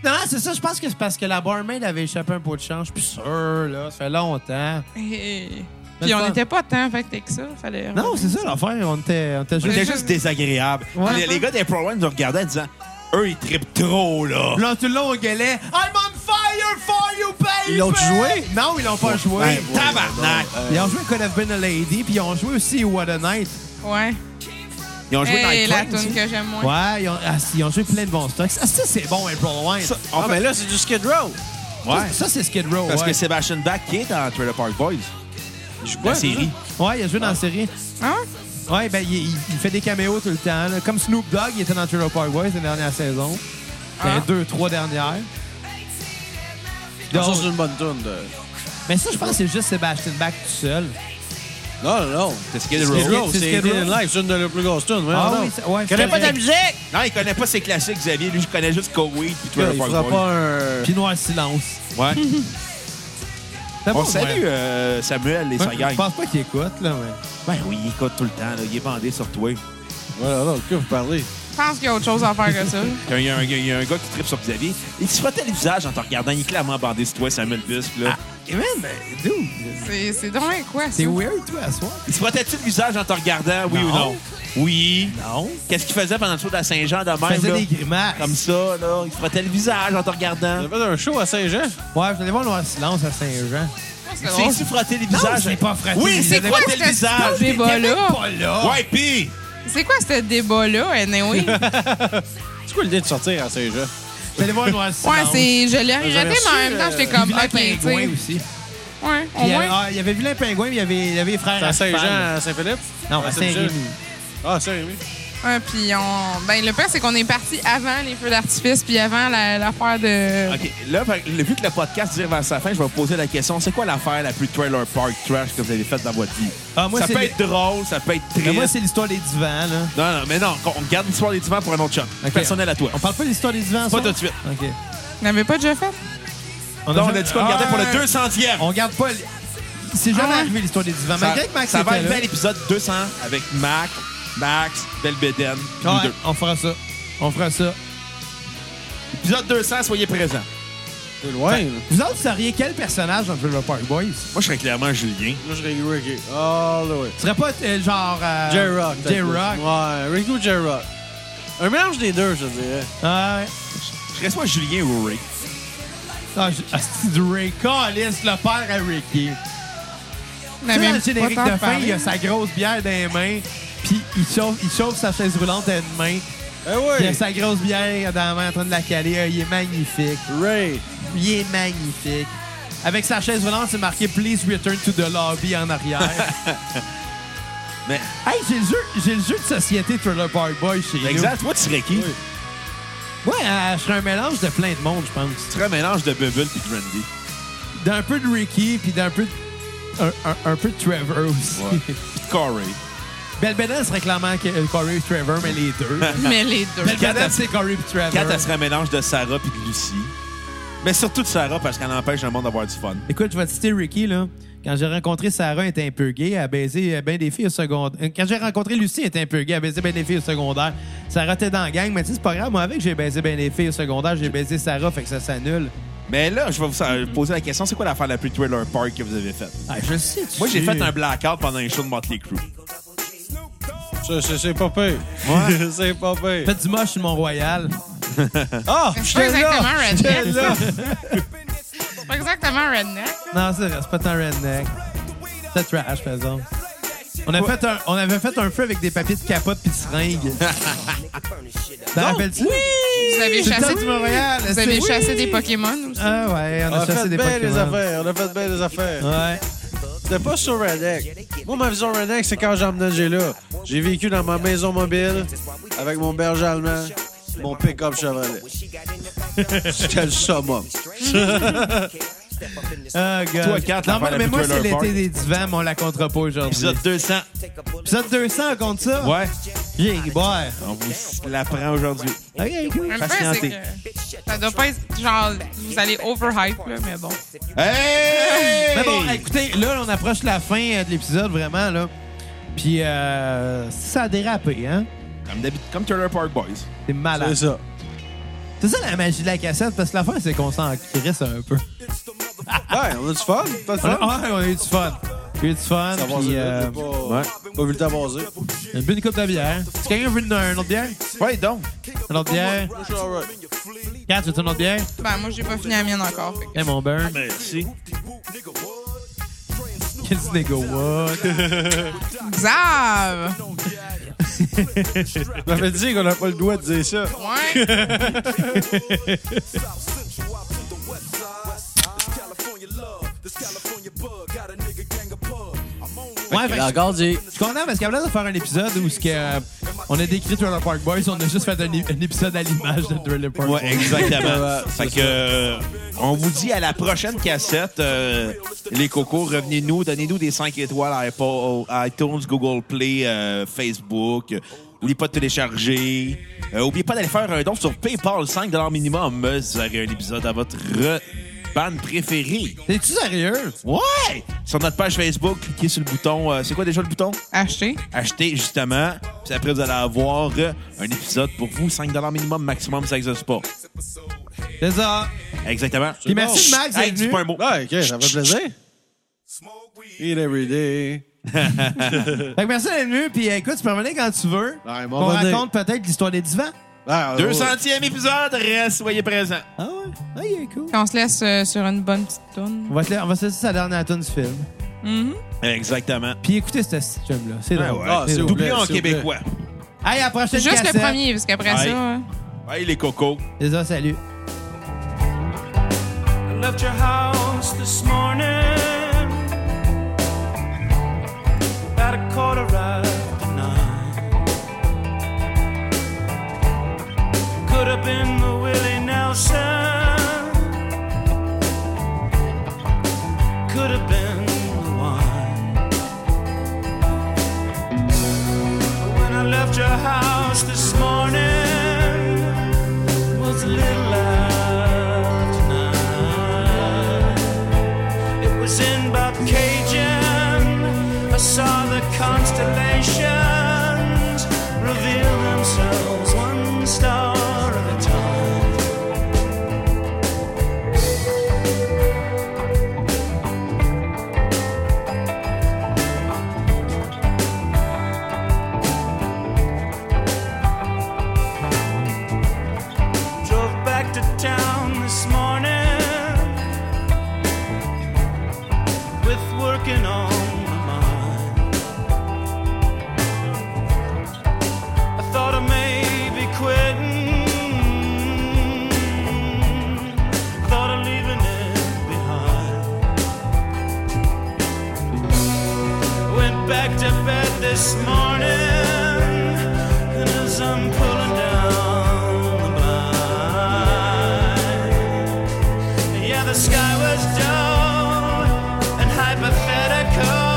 Non, c'est ça, je pense que c'est parce que la barmaid avait échappé un pot de change. Je suis plus sûr, là, ça fait longtemps. Mais
Hey. Puis
Ben, ça-
on n'était pas tant affectés que ça. Fallait
Non, c'est ça l'affaire, on était, on était
C'était
juste...
juste désagréable.
Ouais.
Puis les, les gars d'April Wine nous regardaient en disant Eux, ils trippent trop, là.
Là, tout le long, on gueulait « I'm on fire for you, baby! »
Ils l'ont-tu joué?
Non, ils l'ont pas joué.
Ben, ouais.
Tabarnak!
Ils ont joué Could Have Been a Lady, puis ils ont joué aussi What a Night.
Ouais.
Ils ont joué
Hey,
dans
la
le train,
tune que j'aime moins.
Ouais, ils ont, ah, si, ils ont joué plein de bons stocks. Ah, ça, c'est bon, April Wine.
Ça,
Ça,
on
Ah,
fait-
ben là, c'est du Skid Row.
ouais.
ça, c'est Skid Row,
Parce
ouais.
que Sebastian Bach qui est dans Trailer Park Boys.
Je
La série.
Ouais, il a joué dans la série.
Hein?
Ouais, ben, il, il- il fait des caméos tout le temps. là. Comme Snoop Dogg, il était dans Trailer Park Boys la dernière saison.
Ah.
Les deux, trois dernières.
Ça,
Donc-
c'est une bonne tune. De...
mais ça, je pense que c'est juste Sebastian Bach tout seul.
Non, non, non.
C'est Skid
Skid
Row.
Row,
c'est
c'est
Skid
Skid
Row.
in Life, c'est une de leurs plus grosses tunes.
Ah,
voyons donc.
c'est- Ah ouais,
Connais
c'est
pas
vrai.
ta musique!
Non, il connaît pas ses classiques, Xavier. Lui, je connais juste Coweed puis
Il
Trailer Park
fera
Boys.
pas un...
Puis Noir Silence.
Ouais.
C'est
On
bon,
salue
ouais.
euh, Samuel
hein,
et sa
Je
gang.
pense pas qu'il écoute, là, mais...
Ben oui, il écoute tout le temps. Là. Il est bandé sur toi.
Voilà, non, de quoi vous parlez?
Je pense qu'il y a autre chose à faire que ça.
Il y, a un, il y a un gars qui tripe sur Xavier. Il se frottait le visage en te regardant. Il est clairement bandé sur toi, Samuel Busque. Là.
Et même, ben, dude,
C'est c'est donc bien quoi, ça?
c'est weird, toi, à soir.
Il se frottait-tu le visage en te regardant, oui ou non?
Non.
Oui.
Ah,
Non.
Qu'est-ce qu'il faisait pendant le show de la Saint-Jean de même?
Il faisait
là?
des grimaces.
Comme ça, là. Il se frottait le visage en te regardant.
Vous fait un show à Saint-Jean?
Ouais, je suis allé voir Noir Silence à Saint-Jean.
C'est drôle.
C'est-tu frotter le visage?
je l'ai pas frotté.
Oui,
Il
c'est
avait
frotter
pas
le
fait-
visage.
Non, Débat-là.
Pas là.
Ouais, pis!
C'est quoi ce débat-là, anyway?
C'est quoi l'idée de sortir à Saint-Jean?
Je suis allé voir Noir Silence.
Ouais, c'est. Je l'ai regretté,
reçu,
mais en même temps,
euh,
j'étais comme.
Vilain
Ok, tu
Pingouin
sais.
aussi.
Ouais, au
Il y, avait,
moins.
ah, il y avait Vilain Pingouin, mais il y avait, il y avait les frères
C'est à
Aspal.
Saint-Jean, à Saint-Philippe?
Non, à Saint-Rémy.
Ah, Saint-Rémy.
Ouais, puis on. Ben, le pire, c'est qu'on est parti avant les feux d'artifice, puis avant la- l'affaire de.
Ah.
OK, là, fait- le- vu que le podcast tire vers sa fin, je vais vous poser la question. C'est quoi l'affaire la plus trailer park trash que vous avez faite dans votre vie?
Ah, moi,
ça
c'est
peut
les-
être drôle, ça peut être
Mais
triste.
moi, c'est l'histoire des divans, là.
non, non, mais non, on garde l'histoire des divans pour un autre shot.
OK.
Personnel à toi.
On parle pas de l'histoire des divans,
Pas
ça?
tout de suite.
OK.
Vous n'avez pas déjà fait?
On
Là, on
jamais-
a dit qu'on le gardait pour le
Ah.
200e.
On garde pas... l- C'est jamais
Ah.
arrivé, l'histoire des divans.
Ça,
Malgré que Max
ça va
était
arriver
là.
à l'épisode 200 avec Mac, Max, Belbeden, puis nous
Ouais,
deux.
on fera ça. On fera ça.
Épisode 200, soyez présents.
C'est loin, là.
Vous autres, vous seriez quel personnage dans Trailer Park Boys?
Moi, je serais clairement Julien.
Là, je serais Ricky. All the way.
Ce serait pas euh, genre... euh,
J-Rock. peut-être.
J-Rock.
Ouais, Ricky ou J-Rock. Un mélange des deux, je dirais.
Ah, Ouais.
Je serais soit Julien ou Ray.
Ah, je- ah, c'est du Ray Collins, le père à Ricky. Tu
Vous
sais,
n'avez
dans le générique
pas tant
de fin,
parlé.
il a sa grosse bière dans les mains, puis il chauffe, il chauffe sa chaise roulante à une main,
Eh
il a
oui!
sa grosse bière dans la main en train de la caler. Euh, Il est magnifique.
Ray.
Il est magnifique. Avec sa chaise roulante, c'est marqué Please return to the lobby en arrière.
Mais,
hey, j'ai le, jeu, j'ai le jeu de société Trailer Park Boy chez nous.
exact, toi, tu serais qui?
Oui.
Ouais, euh, je serais un mélange de plein de monde, je pense.
Tu serais un mélange de Bubble et de Randy.
D'un peu de Ricky, puis d'un peu de. Un, un- un peu de Trevor aussi.
Ouais. Puis de Corey.
Belbeden serait clairement que- euh, Corey et Trevor, mais les deux.
Mais les deux.
Belbeden, c'est Corey et Trevor.
Kat, elle serait un mélange de Sarah puis de Lucie. Mais surtout de Sarah parce qu'elle empêche le monde d'avoir du fun.
Écoute, je vais te citer Ricky, là. Quand j'ai rencontré Sarah, elle était un peu gay, elle a baisé ben des filles au secondaire. Quand j'ai rencontré Lucie, elle était un peu gay, elle a baisé ben des filles au secondaire. Sarah était dans la gang, mais tu sais, c'est pas grave, moi avec, j'ai baisé ben des filles au secondaire, j'ai baisé Sarah, fait que ça s'annule.
Mais là, je vais vous poser la question c'est quoi l'affaire la plus Trailer Park que vous avez faite
Ah, je sais.
Moi, j'ai fait un blackout pendant un show de Motley Crue.
Ça, ça, c'est pas pire.
Ouais.
c'est pas pire.
Fait du moche sur Mont-Royal.
Ah!
C'est
j'étais
pas exactement
là,
Red
j'étais
Dead.
là.
C'est pas exactement redneck.
Non, c'est vrai, c'est pas tant redneck. C'est trash, par exemple. On, a fait un, on avait fait un feu avec des papiers de capote pis de seringues. T'en rappelles-tu?
Vous avez
C'est le
chassé
temps du Montréal,
Vous avez
c'est-
chassé des Pokémon aussi.
Ah ouais, on
On
a
a
chassé
fait
des
bien les
Pokémon.
affaires. On a fait bien les affaires.
Ouais.
C'était pas sur Redneck. Moi, ma vision Redneck, c'est quand j'emmenais Angela. J'ai vécu dans ma maison mobile avec mon berger allemand, mon pick-up Chevrolet. C'était le summum.
Euh, Ah, God.
Toi, quatre,
Non,
l'affaire
mais,
la
mais
plus
moi, c'est
trailer park.
l'été des divans, mais on la comptera pas aujourd'hui.
Épisode 200.
Épisode 200, contre ça?
Ouais.
J'ai ouais.
On vous l'apprend aujourd'hui.
OK, cool.
Même pas, c'est que ça doit pas être genre, vous allez overhype, là, mais bon.
Hey!
Mais bon, écoutez, là, on approche la fin euh, de l'épisode, vraiment, là. Puis, euh, ça a dérapé, hein?
Comme, d'habitude- comme Trailer Park Boys.
C'est malade.
C'est ça.
C'est ça la magie de la cassette, parce que l'affaire, c'est qu'on s'en crisse un peu.
Ouais, on a du fun. Pas de
On
fun.
a, ouais, on a eu du fun. On a eu du fun,
Ça va,
puis
c'est
euh,
vrai, j'ai pas, pas vu le temps passer.
on a bu une coupe de bière. Est-ce que quelqu'un veut une, une autre bière?
Ouais, donc.
Une autre bière?
Moi, je suis alright.
Quatre, veux-tu une autre bière?
Ben, moi, j'ai pas fini la mienne encore. fait que-
Eh, mon
Ah,
burn.
Merci.
Qu'est-ce que go what?
Xav!
On m'avait dit qu'on n'a pas le droit de dire ça.
Ouais!
Ouais, fait que
encore dit.
Je suis content parce qu'à place de faire un épisode où ce que, euh, on a décrit Trailer Park Boys, on a juste fait un, é- un épisode à l'image de Trailer Park Boys.
Ouais, exactement.
Ouais,
fait que, euh, on vous dit à la prochaine cassette, euh, les cocos, revenez-nous, donnez-nous des 5 étoiles à Apple- à iTunes, Google Play, euh, Facebook. Euh, N'oubliez pas de télécharger. Euh, N'oubliez pas d'aller faire un don sur PayPal, 5 minimum. euh, Si vous avez un épisode à votre euh, bande préférée.
T'es-tu sérieux?
Ouais! Sur notre page Facebook, cliquez sur le bouton. euh, C'est quoi déjà le bouton?
Acheter.
acheter justement. Puis après, vous allez avoir euh, un épisode pour vous, 5 minimum, maximum, ça n'existe pas.
C'est ça.
Exactement.
Puis merci de Max
Hey,
d'être
dis
venu.
pas un mot.
Ouais, OK, ça fait plaisir. Eat every day.
Fait que merci d'être venu. Puis euh, écoute, tu peux revenir quand tu veux.
Ouais, bon,
on
venez.
raconte peut-être l'histoire des divans.
Ah,
200e épisode, reste, soyez présents.
Ah ouais? Ah, il est cool.
Puis on se laisse euh, sur une bonne petite tourne.
On va, se la- on va se laisser sa dernière tune du film.
Exactement.
Puis écoutez ce système-là. C'est drôle.
ouais.
Ah,
C'est
s'il vous
drôle.
plaît,
Doublé en
s'il vous plaît.
québécois.
Allez, à la prochaine
Juste
cassette.
le premier, parce qu'après
Ouais.
ça. hein.
Hey, les cocos.
C'est ça, salut.
I left your house this morning about a quarter after nine. Could have been the Willie Nelson, could have been the wine. When I left your house this morning was a little after nine. It was in Cajun. I saw the constellations reveal themselves one star at a time. Drove back to town this morning with working on my mind. I thought I may be quitting, thought of leaving it behind. Went back to bed this morning, and as I'm pulling down the blind. Yeah, the sky was dull and hypothetical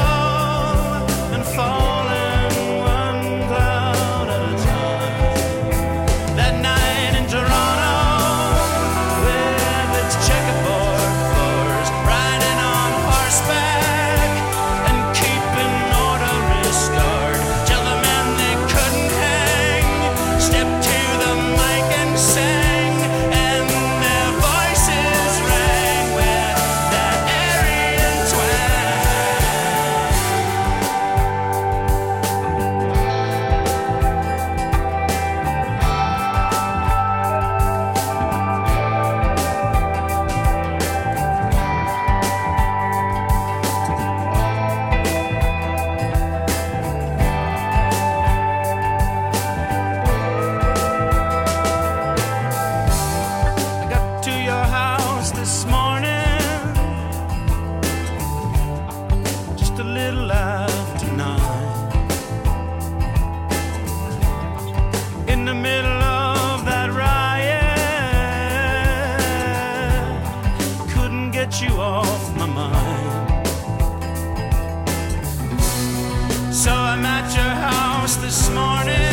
and falling one cloud at a time. That night in Toronto, with its checkerboard floors, riding on horseback So I'm at your house this morning.